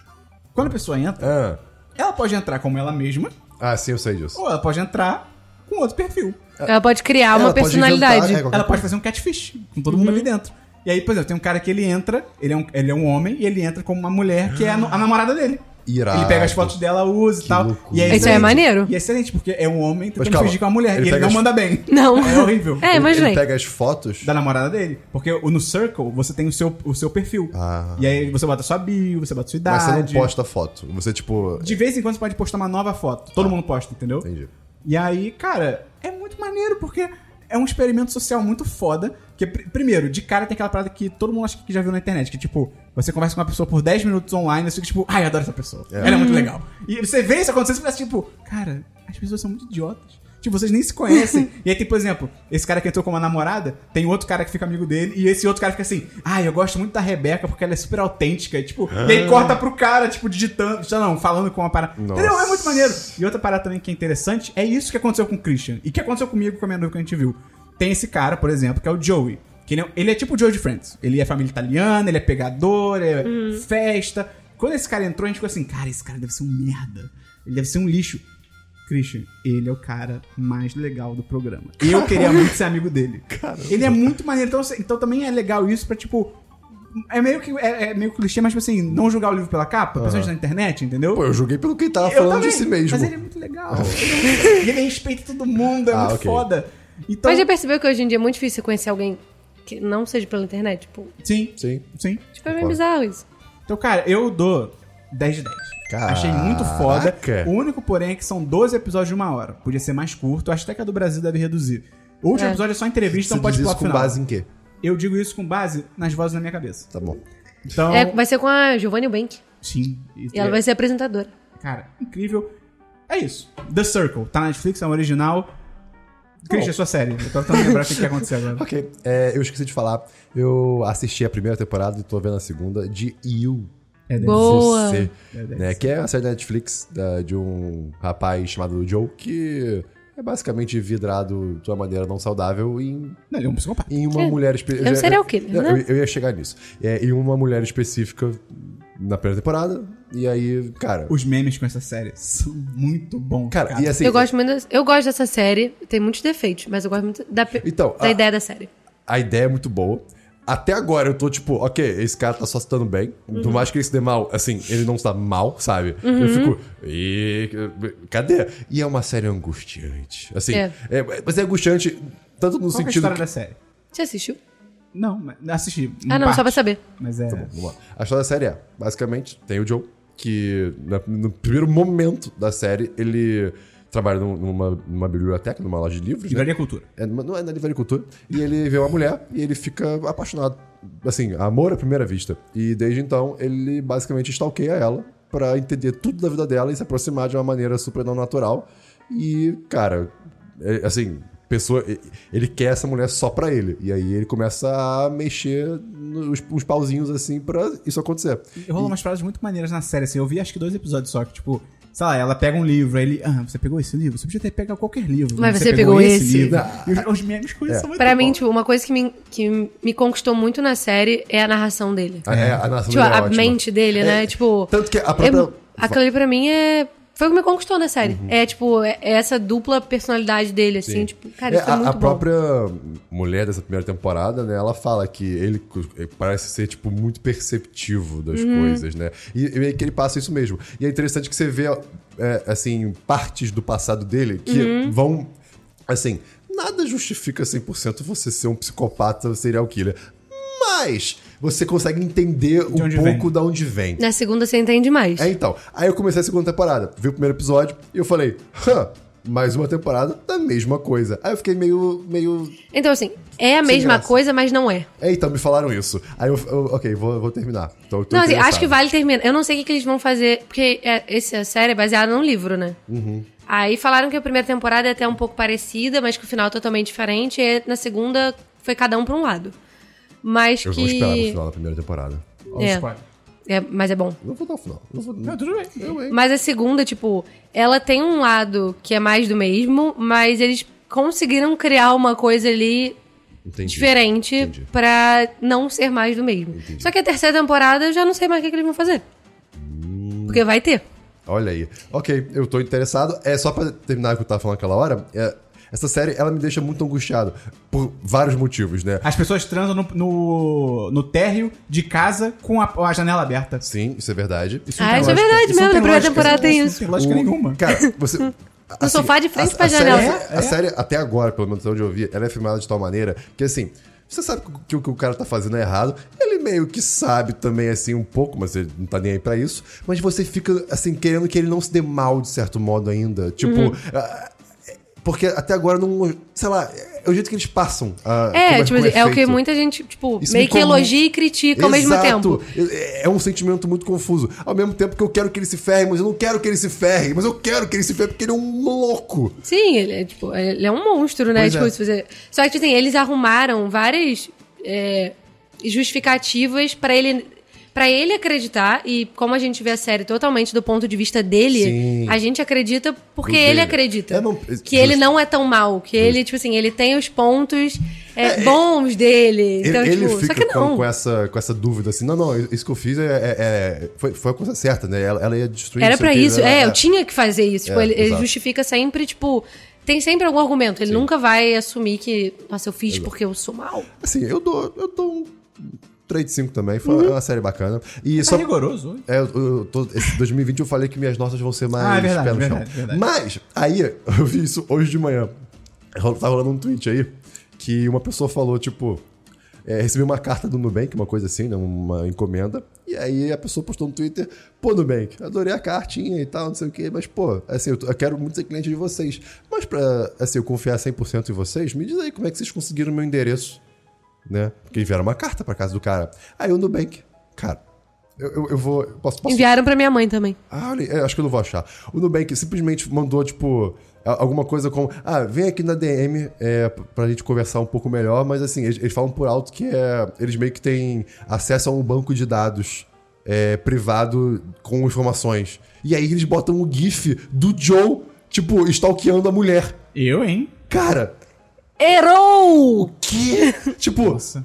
Speaker 1: Quando a pessoa entra,
Speaker 2: Ah,
Speaker 1: ela pode entrar como ela mesma,
Speaker 2: ah sim, eu sei disso.
Speaker 1: ou ela pode entrar com outro perfil.
Speaker 3: Ela pode criar É uma
Speaker 2: Ela pode
Speaker 3: personalidade.
Speaker 2: inventar, é, qualquer
Speaker 1: Ela pode
Speaker 2: coisa.
Speaker 1: fazer um catfish com todo mundo
Speaker 3: Uhum.
Speaker 1: ali dentro. E aí, por exemplo, tem um cara que ele entra, ele é um, ele é um homem, e ele entra como uma mulher que é a, no- a namorada dele.
Speaker 2: Irado.
Speaker 1: Ele pega as fotos dela, usa e
Speaker 2: Que
Speaker 1: tal.
Speaker 2: loucura.
Speaker 1: E
Speaker 3: Isso aí é
Speaker 1: excelente.
Speaker 3: maneiro.
Speaker 1: E é excelente, porque é um homem tentando
Speaker 2: calma,
Speaker 1: fingir com uma mulher.
Speaker 2: ele
Speaker 1: e ele
Speaker 2: pega
Speaker 1: não
Speaker 2: as-
Speaker 1: manda bem.
Speaker 3: Não.
Speaker 1: É horrível.
Speaker 3: É,
Speaker 2: Ele-
Speaker 3: imaginei.
Speaker 2: Ele pega as fotos.
Speaker 1: Da namorada dele. Porque o- no Circle, você tem o seu, o seu perfil.
Speaker 2: Ah.
Speaker 1: E aí você bota sua bio, você bota sua
Speaker 2: Mas
Speaker 1: idade.
Speaker 2: você não posta foto. Você, tipo.
Speaker 1: De vez em quando você pode
Speaker 2: Ah.
Speaker 1: postar uma nova foto. Todo mundo posta, entendeu?
Speaker 2: Entendi.
Speaker 1: E aí, cara, é muito maneiro porque é um experimento social muito foda. Que, pr- primeiro, de cara tem aquela parada que todo mundo acha que já viu na internet, que tipo, você conversa com uma pessoa por 10 minutos online e você fica tipo, ai, eu adoro essa pessoa. Ela é muito legal. E você vê isso acontecer e você pensa tipo, cara, as pessoas são muito idiotas. Tipo, vocês nem se conhecem. e aí tem, por exemplo, esse cara que entrou com uma namorada, tem outro cara que fica amigo dele, e esse outro cara fica assim, ah, eu gosto muito da Rebeca porque ela é super autêntica. E, tipo, e aí corta pro cara, tipo, digitando, sei lá, não, falando com uma parada. Entendeu? É muito maneiro. E outra parada também que é interessante é isso que aconteceu com o Christian. E que aconteceu comigo com a minha noiva que a gente viu. Tem esse cara, por exemplo, que é o Joey. Que ele, é, ele é tipo o Joey de Friends. Ele é família italiana, ele é pegador, é festa. Quando esse cara entrou, a gente ficou assim, cara, esse cara deve ser um merda. Ele deve ser um lixo. Christian, ele é o cara mais legal do programa. E eu queria muito ser amigo dele. Ele é muito maneiro. Então, assim, então também é legal isso pra, tipo. É meio que é, é meio clichê, mas tipo assim, não julgar o livro pela capa, principalmente na internet, entendeu?
Speaker 2: Pô, eu julguei pelo que ele tava
Speaker 1: Eu
Speaker 2: Tá falando
Speaker 1: também,
Speaker 2: de si mesmo.
Speaker 1: Mas ele é muito legal. Ele é muito- e ele respeita todo mundo, é
Speaker 2: Ah,
Speaker 1: muito
Speaker 2: ok.
Speaker 1: foda. Então,
Speaker 3: Mas já percebeu que hoje em dia é muito difícil você conhecer alguém que não seja pela internet? Tipo,
Speaker 1: sim,
Speaker 2: Sim.
Speaker 1: sim.
Speaker 3: tipo é meio bizarro isso.
Speaker 1: Então, cara, eu dou 10 de 10.
Speaker 2: Caraca.
Speaker 1: Achei muito foda. O único, porém, é que são 12 episódios de uma hora. Podia ser mais curto. Acho até que a do Brasil deve reduzir. O último
Speaker 3: É.
Speaker 1: episódio é só entrevista,
Speaker 2: Você
Speaker 1: não pode
Speaker 2: diz
Speaker 1: pular
Speaker 2: isso
Speaker 1: pro
Speaker 2: com
Speaker 1: final.
Speaker 2: base em quê?
Speaker 1: Eu digo isso com base nas vozes na minha cabeça.
Speaker 2: Tá bom.
Speaker 1: Então,
Speaker 3: É, vai ser com a Giovanni Bank.
Speaker 1: sim. é,
Speaker 3: E
Speaker 2: É.
Speaker 3: ela vai ser apresentadora.
Speaker 1: Cara, incrível. É isso. The Circle. Tá na Netflix, é um original.
Speaker 2: Oh.
Speaker 1: Christian, é sua série. Eu tô tentando lembrar o que, que aconteceu agora.
Speaker 2: Ok, é, eu esqueci de falar. Eu assisti a primeira temporada e tô vendo a segunda de You.
Speaker 1: É dez.
Speaker 3: Boa.
Speaker 2: Você,
Speaker 1: É dez.
Speaker 2: né, que é uma série da Netflix da- de um rapaz chamado Joe que é basicamente vidrado de uma maneira não saudável em,
Speaker 1: Não, ele é um psicopata.
Speaker 2: em uma mulher específica.
Speaker 3: É um serial killer,
Speaker 2: eu,
Speaker 3: né?
Speaker 2: eu ia chegar nisso. É, em uma mulher específica na primeira temporada. E aí, cara.
Speaker 1: Os memes com essa série são muito bons.
Speaker 2: Cara, e assim.
Speaker 3: eu gosto muito. das- Eu gosto dessa série. Tem muitos defeitos, mas eu gosto muito da, pe-
Speaker 2: Então,
Speaker 3: da
Speaker 2: a-
Speaker 3: ideia da série.
Speaker 2: A ideia é muito boa. Até agora eu tô tipo, ok, esse cara tá só se dando bem.
Speaker 1: Uhum.
Speaker 2: Por mais que ele se dê mal, assim, ele não se dá mal, sabe? Eu fico, "Ih, cadê? E é uma série angustiante. Assim,
Speaker 3: É.
Speaker 2: é, mas é angustiante tanto no
Speaker 1: Qual que é a
Speaker 2: sentido.
Speaker 1: história
Speaker 2: que-
Speaker 1: da série?
Speaker 3: Você assistiu?
Speaker 1: Não, mas- assisti.
Speaker 3: Ah, não, só pra
Speaker 1: parte.
Speaker 3: saber.
Speaker 1: Mas é...
Speaker 2: Vamos lá. A história da série é, basicamente, tem o Joe, que na- no primeiro momento da série, ele trabalha num- numa, numa biblioteca, numa loja de livros. né?
Speaker 1: Livraria Cultura.
Speaker 2: É, numa- não é na livraria cultura. E ele vê uma mulher e ele fica apaixonado. Assim, amor à primeira vista. E desde então, ele basicamente stalkeia ela pra entender tudo da vida dela e se aproximar de uma maneira super não natural. E, cara, é, assim, pessoa. e- Ele quer essa mulher só pra ele. E aí ele começa a mexer nos uns pauzinhos assim pra isso acontecer.
Speaker 1: E rolam umas frases muito maneiras na série, assim. Eu vi acho que dois episódios só, que tipo, sei lá, ela pega um livro, aí ele. Ah, você pegou esse livro? Você podia ter pegado qualquer livro. né?
Speaker 3: Mas você pegou esse.
Speaker 1: E os, os memes com isso são muito
Speaker 3: Pra mim,
Speaker 1: bons.
Speaker 3: tipo, uma coisa que me, que me consustou muito na série é a narração dele.
Speaker 2: A, é, a narração dele é
Speaker 3: tipo, a
Speaker 2: ótima. É, então,
Speaker 3: mente dele, né? Tipo.
Speaker 2: Tanto que a própria.
Speaker 3: Eu, aquilo ali pra mim é. Foi o que me conquistou na série.
Speaker 2: Uhum.
Speaker 3: É, tipo, é, é essa dupla personalidade dele, assim, tipo, cara,
Speaker 2: É,
Speaker 3: isso é,
Speaker 2: a,
Speaker 3: muito
Speaker 2: a
Speaker 3: bom.
Speaker 2: própria mulher dessa primeira temporada, né? Ela fala que ele cu- parece ser, tipo, muito perceptivo das
Speaker 3: Uhum.
Speaker 2: coisas, né? E, e meio que ele passa isso mesmo. E é interessante que você vê, é, assim, partes do passado dele que
Speaker 3: Uhum.
Speaker 2: vão, assim... Nada justifica 100% você ser um psicopata serial killer. Mas você consegue entender um
Speaker 1: onde
Speaker 2: pouco de onde vem.
Speaker 3: Na segunda você entende mais.
Speaker 2: É, então. Aí eu comecei a segunda temporada, vi o primeiro episódio e eu falei, hã, mais uma temporada da mesma coisa. Aí eu fiquei meio, meio.
Speaker 3: Então, assim, é a mesma
Speaker 2: graça.
Speaker 3: coisa, mas não é.
Speaker 2: É, então, me falaram isso. Aí eu, eu- ok, vou, vou terminar. Tô, tô
Speaker 3: Não, assim,
Speaker 2: interessado.
Speaker 3: acho que vale terminar. Eu não sei o que, que eles vão fazer, porque é, essa série é baseada num livro, né?
Speaker 2: Uhum.
Speaker 3: Aí falaram que a primeira temporada é até um pouco parecida, mas que o final é totalmente diferente. E na segunda foi cada um pra um lado. Mas
Speaker 2: Eu
Speaker 3: que.
Speaker 2: vou esperar no final da primeira temporada.
Speaker 1: Olha o
Speaker 3: É.
Speaker 1: spoiler.
Speaker 3: É, mas é bom.
Speaker 2: Não vou dar o final. Não vou
Speaker 1: Não, tudo bem. Eu, hein?
Speaker 3: Mas a segunda, tipo, ela tem um lado que é mais do mesmo, mas eles conseguiram criar uma coisa ali
Speaker 2: Entendi.
Speaker 3: diferente
Speaker 2: Entendi.
Speaker 3: pra não ser mais do mesmo. Só que a terceira temporada eu já não sei mais o que, que eles vão fazer.
Speaker 2: Hum.
Speaker 3: Porque vai ter.
Speaker 2: Olha aí. Ok, eu tô interessado. É só pra terminar o que eu tava falando aquela hora. é, essa série, ela me deixa muito angustiado. Por vários motivos, né?
Speaker 1: As pessoas transam no, no, no térreo de casa com a, a janela aberta.
Speaker 2: Sim, isso é verdade.
Speaker 1: não
Speaker 3: Ah,
Speaker 1: tem
Speaker 3: isso é
Speaker 1: lógica.
Speaker 3: verdade
Speaker 1: não
Speaker 3: mesmo,
Speaker 1: tem
Speaker 3: na primeira
Speaker 1: lógica,
Speaker 3: temporada
Speaker 1: não-
Speaker 3: tem
Speaker 1: não
Speaker 3: isso.
Speaker 1: tem lógica
Speaker 2: O-
Speaker 1: nenhuma.
Speaker 2: Cara, você. No
Speaker 3: sofá de frente
Speaker 2: a,
Speaker 3: pra
Speaker 2: a
Speaker 3: janela.
Speaker 2: Série,
Speaker 1: É,
Speaker 2: A
Speaker 1: é.
Speaker 2: série, até agora, pelo menos até onde eu vi, ela é filmada de tal maneira que, assim, você sabe que, o- que o que o cara tá fazendo é errado. Ele meio que sabe também, assim, um pouco, mas ele não tá nem aí pra isso.
Speaker 3: Uhum.
Speaker 2: Mas você fica, assim, querendo que ele não se dê mal, de certo modo, ainda. Tipo. ah, Porque até agora não. Sei lá, é o jeito que eles passam. a- como
Speaker 3: É, tipo,
Speaker 2: como
Speaker 3: assim, é o que
Speaker 2: feito.
Speaker 3: muita gente, tipo,
Speaker 2: Isso
Speaker 3: meio
Speaker 2: me
Speaker 3: que
Speaker 2: comum-
Speaker 3: elogia e critica ao mesmo
Speaker 2: Exato.
Speaker 3: tempo.
Speaker 2: É é um sentimento muito confuso. Ao mesmo tempo que eu quero que ele se ferre, mas eu não quero que ele se ferre. Mas eu quero que ele se ferre porque ele é um louco.
Speaker 3: Sim, ele é, tipo, ele é um monstro, né?
Speaker 2: Pois
Speaker 3: Tipo,
Speaker 2: é.
Speaker 3: se você- Só que, tipo assim, eles arrumaram várias é, justificativas pra ele para ele acreditar. E como a gente vê a série totalmente do ponto de vista dele,
Speaker 2: Sim.
Speaker 3: a gente acredita porque
Speaker 2: Do
Speaker 3: ele
Speaker 2: dele.
Speaker 3: acredita.
Speaker 2: Eu não-
Speaker 3: que
Speaker 2: justo.
Speaker 3: ele não é tão mal. Que ele, tipo assim, ele tem os pontos é, bons dele.
Speaker 2: Ele,
Speaker 3: Então,
Speaker 2: ele
Speaker 3: tipo, só
Speaker 2: fica
Speaker 3: que
Speaker 2: com,
Speaker 3: não.
Speaker 2: com essa, com essa dúvida assim: não, não, isso que eu fiz é, é- é- foi, foi a coisa certa, né? Ela, ela ia destruir
Speaker 3: Era
Speaker 2: não sei
Speaker 3: pra
Speaker 2: o quê,
Speaker 3: isso.
Speaker 2: né?
Speaker 3: É, eu tinha que fazer isso. Tipo,
Speaker 2: É,
Speaker 3: ele, ele
Speaker 2: exato.
Speaker 3: justifica sempre, tipo. Tem sempre algum argumento. Ele nunca vai assumir que, nossa, eu fiz porque eu sou mal.
Speaker 2: Assim, eu dou, eu dou um 3 de 5 também. Foi
Speaker 3: Uhum.
Speaker 2: uma série bacana. E
Speaker 1: Tá
Speaker 2: só.
Speaker 1: rigoroso hoje.
Speaker 2: É, eu, eu tô- esse 2020 eu falei que minhas notas vão ser mais
Speaker 1: Ah, é verdade,
Speaker 2: pé no chão.
Speaker 1: verdade, verdade.
Speaker 2: Mas, aí, eu vi isso hoje de manhã. Ro- Tá rolando um tweet aí que uma pessoa falou, tipo. é, recebi uma carta do Nubank, uma coisa assim, né? Uma encomenda. E aí a pessoa postou no Twitter, pô, Nubank, adorei a cartinha e tal, não sei o quê, mas, pô, assim, eu, tô- eu quero muito ser cliente de vocês. Mas pra, assim, eu confiar 100% em vocês, me diz aí como é que vocês conseguiram o meu endereço né? Porque enviaram uma carta pra casa do cara. Aí o Nubank, cara, eu, eu, eu vou. eu Posso, posso?
Speaker 3: Enviaram pra minha mãe também.
Speaker 2: Ah, olha, eu acho que eu não vou achar. O Nubank simplesmente mandou, tipo, a- alguma coisa como: ah, vem aqui na DM é, p- pra gente conversar um pouco melhor, mas assim, eles, eles falam por alto que é, eles meio que têm acesso a um banco de dados é, privado com informações. E aí eles botam o GIF do Joe, tipo, stalkeando a mulher.
Speaker 1: Eu, hein?
Speaker 2: Cara,
Speaker 3: Errou!
Speaker 2: que. tipo,
Speaker 1: Nossa.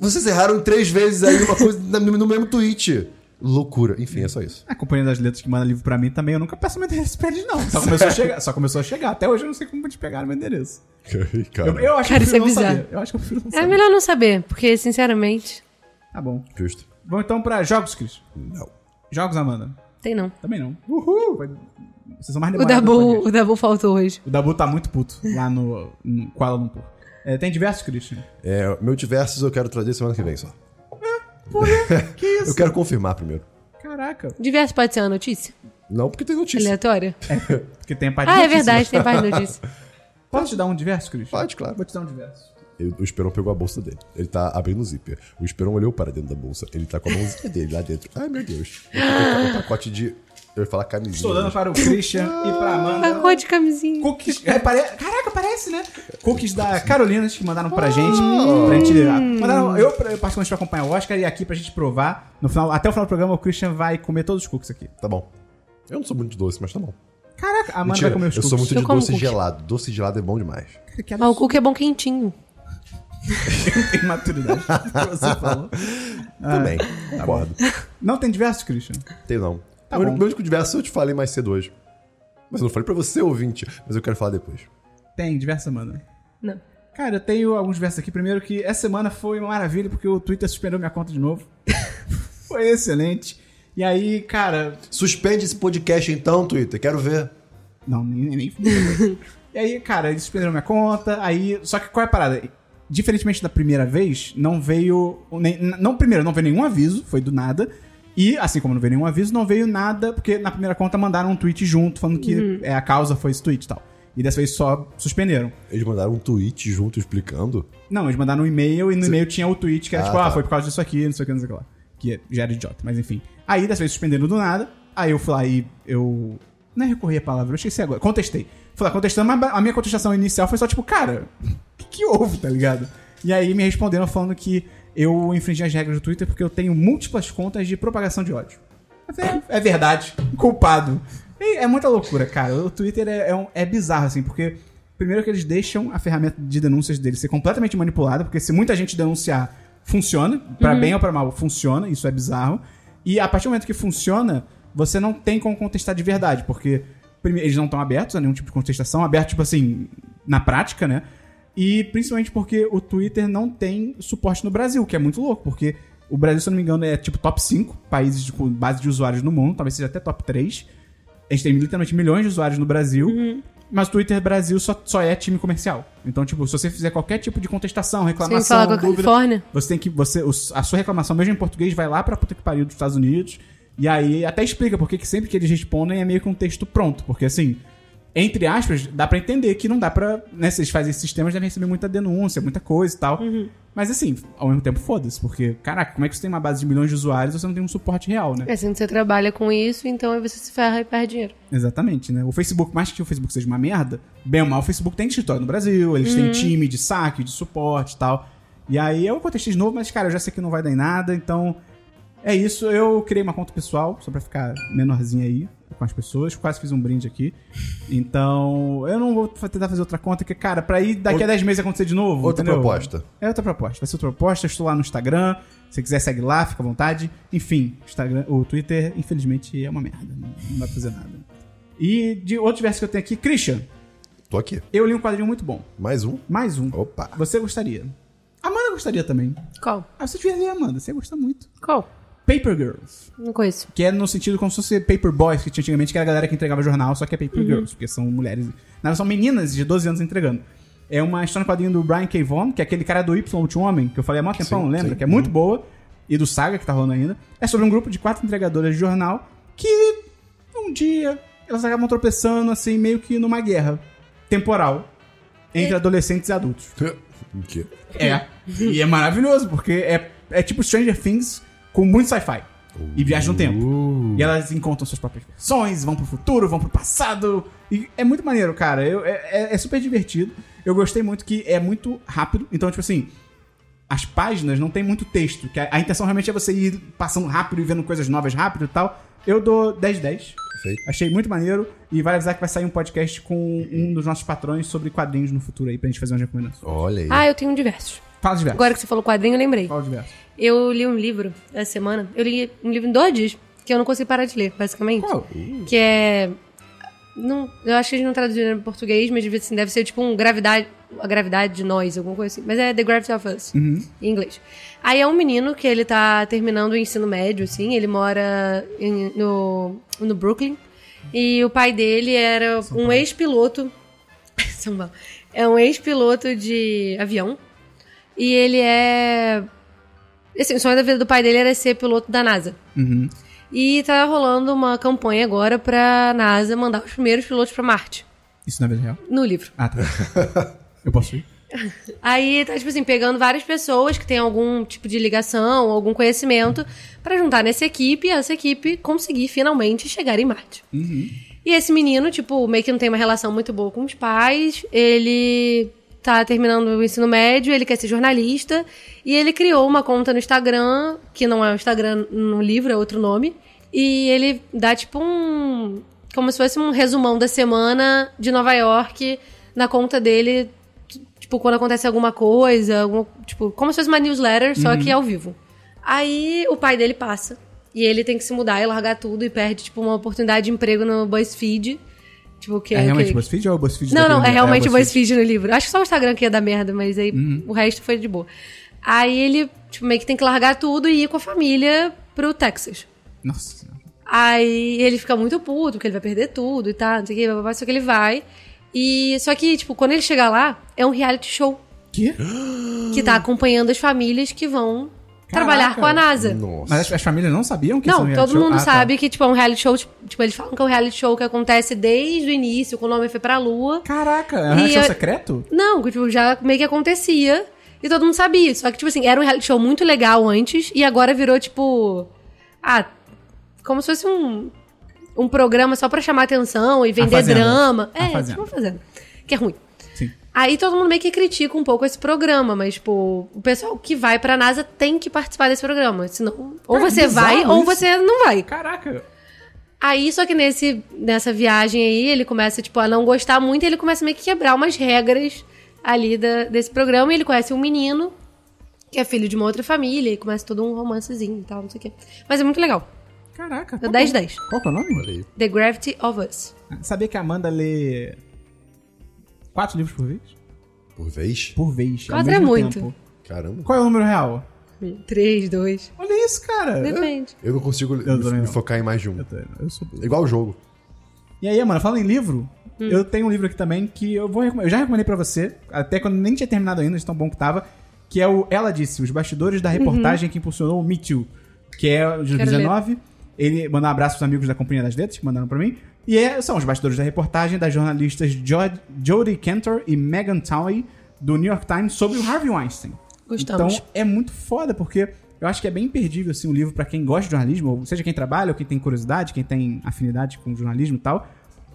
Speaker 2: vocês erraram três vezes aí uma coisa na- no mesmo tweet. Loucura. Enfim, é só isso.
Speaker 1: A companhia das letras que manda livro pra mim também, eu nunca peço meu endereço pra eles, não. Só começou, a chegar, só começou a chegar. Até hoje eu não sei como eles pegaram meu endereço. Eu, eu acho
Speaker 3: Cara,
Speaker 1: que eu prefiro
Speaker 3: isso é
Speaker 1: não
Speaker 3: bizarro.
Speaker 1: saber. Eu acho que eu prefiro não
Speaker 3: É
Speaker 1: saber.
Speaker 3: melhor não saber, porque, sinceramente,
Speaker 1: Tá bom.
Speaker 2: Justo.
Speaker 1: Vamos então pra jogos, Cris.
Speaker 2: Não.
Speaker 1: Jogos, Amanda.
Speaker 3: tem não.
Speaker 1: Também não. Uhul! Vai- Vocês são mais
Speaker 3: O
Speaker 1: demorados do
Speaker 3: Dabu,
Speaker 1: podcast.
Speaker 3: o Dabu faltou hoje.
Speaker 1: O Dabu tá muito puto lá no, no Kuala Lumpur. É, tem diversos, Christian?
Speaker 2: É, meu diversos eu quero trazer semana que vem só.
Speaker 1: Que isso?
Speaker 2: Eu quero confirmar primeiro.
Speaker 1: Caraca.
Speaker 3: Diverso pode ser uma notícia?
Speaker 2: Não, porque tem notícia.
Speaker 3: Aleatória?
Speaker 1: Porque tem a parte de
Speaker 3: Ah, é
Speaker 1: notícias.
Speaker 3: verdade, tem parte de notícia.
Speaker 1: Posso te dar um diverso, Christian?
Speaker 2: Pode, claro.
Speaker 1: Vou te dar um diverso.
Speaker 2: Ele- o Esperon pegou a bolsa dele. Ele tá abrindo o zíper. O Esperon olhou para dentro da bolsa. Ele tá com a mãozinha dele lá dentro. Ai, meu Deus. Um pacote de. Eu ia falar camisinha.
Speaker 1: Estou dando
Speaker 2: mas-
Speaker 1: para o Christian e para a Amanda.
Speaker 3: Pacote de camisinha.
Speaker 1: Cookies. é, pare- Caraca, parece, né? Cookies da Carolinas que mandaram pra gente.
Speaker 2: Hum.
Speaker 1: Pra gente. ah, Mandaram eu, pra- eu particularmente pra acompanhar o Oscar e aqui pra gente provar. No final, até o final do programa, o Christian vai comer todos os cookies aqui.
Speaker 2: Tá bom. Eu não sou muito de doce, mas tá bom.
Speaker 1: Caraca, a Amanda
Speaker 2: Mentira,
Speaker 1: vai comer um os
Speaker 2: eu
Speaker 1: cookies.
Speaker 2: sou muito
Speaker 3: Eu
Speaker 2: de
Speaker 3: como
Speaker 2: doce
Speaker 3: cookie.
Speaker 2: gelado. Doce gelado é bom demais.
Speaker 1: Que
Speaker 3: Ah, o
Speaker 1: absurdo,
Speaker 3: cookie é bom quentinho.
Speaker 1: tem maturidade. né, que você falou. Ah,
Speaker 2: Também.
Speaker 1: tá
Speaker 2: Concordo.
Speaker 1: Não tem diversos, Christian?
Speaker 2: Tem não.
Speaker 1: Tá
Speaker 2: o único-
Speaker 1: bom.
Speaker 2: meu único diverso eu te falei mais cedo hoje. Mas eu não falei pra você, ouvinte. Mas eu quero falar depois.
Speaker 1: Tem, diversos, Amanda.
Speaker 3: Não.
Speaker 1: Cara, eu tenho alguns versos aqui. Primeiro que essa semana foi uma maravilha, porque o Twitter suspendeu minha conta de novo. foi excelente. E aí, cara,
Speaker 2: Suspende esse podcast então, Twitter. Quero ver.
Speaker 1: Não, nem, nem- nem fudeu. E aí, cara, eles suspenderam minha conta, aí... Só que qual é a parada? Diferentemente da primeira vez, não veio... Nem, não, primeiro, não veio nenhum aviso, foi do nada. E, assim como não veio nenhum aviso, não veio nada, porque na primeira conta mandaram um tweet junto, falando que é, a causa foi esse tweet e tal. E dessa vez só suspenderam.
Speaker 2: Eles mandaram um tweet junto explicando.
Speaker 1: Não, eles mandaram um e-mail e no e-mail tinha o tweet que era
Speaker 2: Ah,
Speaker 1: tipo, ah,
Speaker 2: tá.
Speaker 1: foi por causa disso aqui, não sei o que, não sei o que lá. Que já era idiota, mas enfim. Aí dessa vez suspenderam do nada. Aí eu fui lá e eu. Não é recorri a palavra, eu esqueci agora. Contestei. Fui lá contestando, mas a minha contestação inicial foi só tipo, cara, o que, que houve, tá ligado? E aí me responderam falando que eu infringi as regras do Twitter porque eu tenho múltiplas contas de propagação de ódio. Eu falei, É, é verdade, culpado. E é muita loucura, cara. O Twitter é, é, um- é bizarro, assim, porque primeiro que eles deixam a ferramenta de denúncias dele ser completamente manipulada, porque se muita gente denunciar, funciona, pra bem ou pra mal, funciona, isso é bizarro. E a partir do momento que funciona, você não tem como contestar de verdade, porque primeiro, eles não estão abertos a nenhum tipo de contestação, aberto, tipo assim, na prática, né? E principalmente porque o Twitter não tem suporte no Brasil, que é muito louco, porque o Brasil, se eu não me engano, é tipo top 5 países de- com base de usuários no mundo, talvez seja até top 3. A gente tem literalmente milhões de usuários no Brasil, mas o Twitter Brasil só, só é time comercial. Então, tipo, se você fizer qualquer tipo de contestação,
Speaker 3: Você tem que falar
Speaker 1: reclamação,
Speaker 3: com a
Speaker 1: dúvida,
Speaker 3: Califórnia?
Speaker 1: você tem que. Você, os- a sua reclamação, mesmo em português, vai lá pra puta que pariu dos Estados Unidos. E aí até explica porque que sempre que eles respondem é meio que um texto pronto. Porque assim, entre aspas, dá pra entender que não dá pra. Né, se eles fazem esses sistemas, devem receber muita denúncia, muita coisa e tal. Mas assim, ao mesmo tempo, foda-se, porque, caraca, como é que você tem uma base de milhões de usuários e você não tem um suporte real, né?
Speaker 3: É assim que você trabalha com isso, então aí você se ferra e perde dinheiro.
Speaker 1: Exatamente, né? O Facebook, mais que o Facebook seja uma merda, bem ou mal, o Facebook tem escritório no Brasil, eles têm time de saque, de suporte e tal. E aí eu contestei de novo, mas, cara, eu já sei que não vai dar em nada, então. É isso, eu criei uma conta pessoal, só pra ficar menorzinha aí com as pessoas, quase fiz um brinde aqui. Então, eu não vou fa- tentar fazer outra conta, porque, cara, pra ir daqui a 10 meses acontecer de novo.
Speaker 2: Outra
Speaker 1: entendeu?
Speaker 2: proposta.
Speaker 1: É outra proposta. Vai ser outra proposta. Eu estou lá no Instagram. Se você quiser, segue lá, fica à vontade. Enfim, Instagram, o Twitter, infelizmente, é uma merda. Não não dá pra fazer nada. E de outro verso que eu tenho aqui, Christian,
Speaker 2: Tô aqui.
Speaker 1: eu li um quadrinho muito bom.
Speaker 2: Mais um.
Speaker 1: Mais um.
Speaker 2: Opa.
Speaker 1: Você gostaria. Amanda gostaria também.
Speaker 3: Qual?
Speaker 1: Ah, você devia ler, Amanda. Você gosta muito.
Speaker 3: Qual?
Speaker 1: Paper Girls.
Speaker 3: Não conheço.
Speaker 1: Que é no sentido como se fosse paper boys, que tinha antigamente, que era a galera que entregava jornal, só que é paper girls, porque são mulheres. Não, são meninas de 12 anos entregando. É uma história em quadrinho do Brian K. Vaughan, que é aquele cara do Y, o último homem, que eu falei há mó tempão,
Speaker 2: Sim,
Speaker 1: lembra?
Speaker 2: sim. Uhum.
Speaker 1: Que é muito boa, e do Saga, que tá rolando ainda. É sobre um grupo de quatro entregadoras de jornal que um dia elas acabam tropeçando, assim, meio que numa guerra temporal entre adolescentes e adultos.
Speaker 2: O quê?
Speaker 1: É. E é maravilhoso, porque é, é tipo Stranger Things com muito sci-fi. E viaja no tempo. E elas encontram suas próprias versões, vão pro futuro, vão pro passado. E é muito maneiro, cara. Eu, é, é- é super divertido. Eu gostei muito que é muito rápido. Então, tipo assim, as páginas não tem muito texto. que a, a intenção realmente é você ir passando rápido e vendo coisas novas rápido e tal. Eu dou 10 10.
Speaker 2: Perfeito.
Speaker 1: Achei muito maneiro. E vale avisar que vai sair um podcast com um dos nossos patrões sobre quadrinhos no futuro aí, pra gente fazer umas recomendações.
Speaker 2: Olha aí.
Speaker 3: Ah, eu tenho um diversos.
Speaker 1: Fala de verso.
Speaker 3: Agora que você falou quadrinho, eu lembrei.
Speaker 1: Fala de verso.
Speaker 3: Eu li um livro essa semana. Eu li um livro em dois dias, que eu não consegui parar de ler, basicamente.
Speaker 1: Qual?
Speaker 2: Uh,
Speaker 3: Que é. Não, eu acho que eles não traduziram em português, mas devia- assim, deve ser tipo um gravidade. A gravidade de nós, alguma coisa assim. Mas é The Gravity of Us, em inglês. Aí é um menino que ele tá terminando o ensino médio, assim, ele mora em- no, no Brooklyn. E o pai dele era um ex-piloto. São Paulo. É um ex-piloto de avião. E ele é. Assim, o sonho da vida do pai dele era ser piloto da NASA.
Speaker 1: Uhum.
Speaker 3: E tá rolando uma campanha agora pra NASA mandar os primeiros pilotos pra Marte,
Speaker 1: Isso na vida real?
Speaker 3: no livro.
Speaker 1: Ah, tá. Eu posso ir?
Speaker 3: Aí tá, tipo assim, pegando várias pessoas que têm algum tipo de ligação, algum conhecimento, pra juntar nessa equipe e essa equipe conseguir finalmente chegar em Marte. E esse menino, tipo, meio que não tem uma relação muito boa com os pais, ele tá terminando o ensino médio, ele quer ser jornalista, e ele criou uma conta no Instagram, que não é o Instagram no livro, é outro nome, e ele dá tipo um. como se fosse um resumão da semana de Nova York na conta dele, t- tipo, quando acontece alguma coisa, algum, tipo, como se fosse uma newsletter, só que ao vivo. Aí o pai dele passa. E ele tem que se mudar e largar tudo e perde, tipo, uma oportunidade de emprego no BuzzFeed. Tipo, que
Speaker 1: É realmente
Speaker 3: que-
Speaker 1: BuzzFeed ou é o BuzzFeed?
Speaker 3: não, não,
Speaker 1: daquele-
Speaker 3: é realmente
Speaker 1: o
Speaker 3: o BuzzFeed no livro. Acho que só o Instagram que ia dar merda, mas aí o resto foi de boa. Aí ele, tipo, meio que tem que largar tudo e ir com a família pro Texas.
Speaker 1: Nossa senhora.
Speaker 3: Aí ele fica muito puto, porque ele vai perder tudo e tal, não sei o que, blá, blá, blá, só que ele vai. E só que, tipo, quando ele chegar lá, é um reality show
Speaker 1: Que?
Speaker 3: que tá acompanhando as famílias que vão trabalhar
Speaker 1: Hum. Caraca.
Speaker 3: com a NASA.
Speaker 2: Nossa.
Speaker 1: Mas as, as famílias não sabiam que
Speaker 3: Não,
Speaker 1: isso
Speaker 3: todo mundo sabe que, tipo, é um reality show. Tipo, eles falam que é um reality show que acontece desde o início, quando o homem foi pra lua.
Speaker 1: Caraca, é um
Speaker 3: E
Speaker 1: reality show
Speaker 3: eu-
Speaker 1: secreto?
Speaker 3: Não, que, tipo, já meio que acontecia. E todo mundo sabia. Só que, tipo assim, era um reality show muito legal antes. E agora virou, tipo. Ah, como se fosse um, um programa só pra chamar atenção e vender
Speaker 1: Fazenda.
Speaker 3: drama.
Speaker 1: A
Speaker 3: É,
Speaker 1: Fazenda.
Speaker 3: tipo, fazendo. Que é ruim.
Speaker 1: Sim.
Speaker 3: Aí todo mundo meio que critica um pouco esse programa, mas, tipo, o pessoal que vai pra NASA tem que participar desse programa. Senão, ou
Speaker 1: Cara,
Speaker 3: você vai,
Speaker 1: É bizarro
Speaker 3: ou
Speaker 1: isso.
Speaker 3: você não vai.
Speaker 1: Caraca.
Speaker 3: Aí, só que nesse, nessa viagem aí, ele começa, tipo, a não gostar muito e ele começa meio que quebrar umas regras ali da- desse programa. E ele conhece um menino, que é filho de uma outra família, e começa todo um romancezinho e tal, não sei o quê. Mas é muito legal.
Speaker 1: Caraca.
Speaker 3: É
Speaker 1: tá
Speaker 3: 10
Speaker 1: bom.
Speaker 3: 10.
Speaker 1: Qual que é o nome?
Speaker 2: Olha aí.
Speaker 3: The Gravity of Us.
Speaker 1: Ah, Sabia que a Amanda lê quatro livros por vez?
Speaker 2: Por vez?
Speaker 1: Por vez. ao
Speaker 3: Quatro
Speaker 1: mesmo
Speaker 3: é muito.
Speaker 1: tempo.
Speaker 2: Caramba.
Speaker 1: Qual é o número real?
Speaker 3: 3, 2.
Speaker 1: Olha isso, cara.
Speaker 3: Depende.
Speaker 2: Eu não consigo me-
Speaker 1: também
Speaker 2: me
Speaker 1: não.
Speaker 2: focar em mais de um.
Speaker 1: Eu tô- eu sou burro.
Speaker 2: Igual o jogo.
Speaker 1: E aí, mano, falando em livro, eu tenho um livro aqui também que eu vou recomendar. Eu já recomendei pra você, até quando nem tinha terminado ainda, de tão bom que tava, que é o Ela Disse, os bastidores da reportagem que impulsionou o Me Too, que é de
Speaker 3: Quero
Speaker 1: 19. Ele mandou um abraço pros amigos da Companhia das Letras que mandaram pra mim. E é- são os bastidores da reportagem das jornalistas Jo- Jodie Cantor e Megan Towie do New York Times sobre o Harvey Weinstein.
Speaker 3: Gostamos.
Speaker 1: Então é muito foda, porque eu acho que é bem imperdível assim, um livro pra quem gosta de jornalismo, ou seja quem trabalha, ou quem tem curiosidade, quem tem afinidade com jornalismo e tal.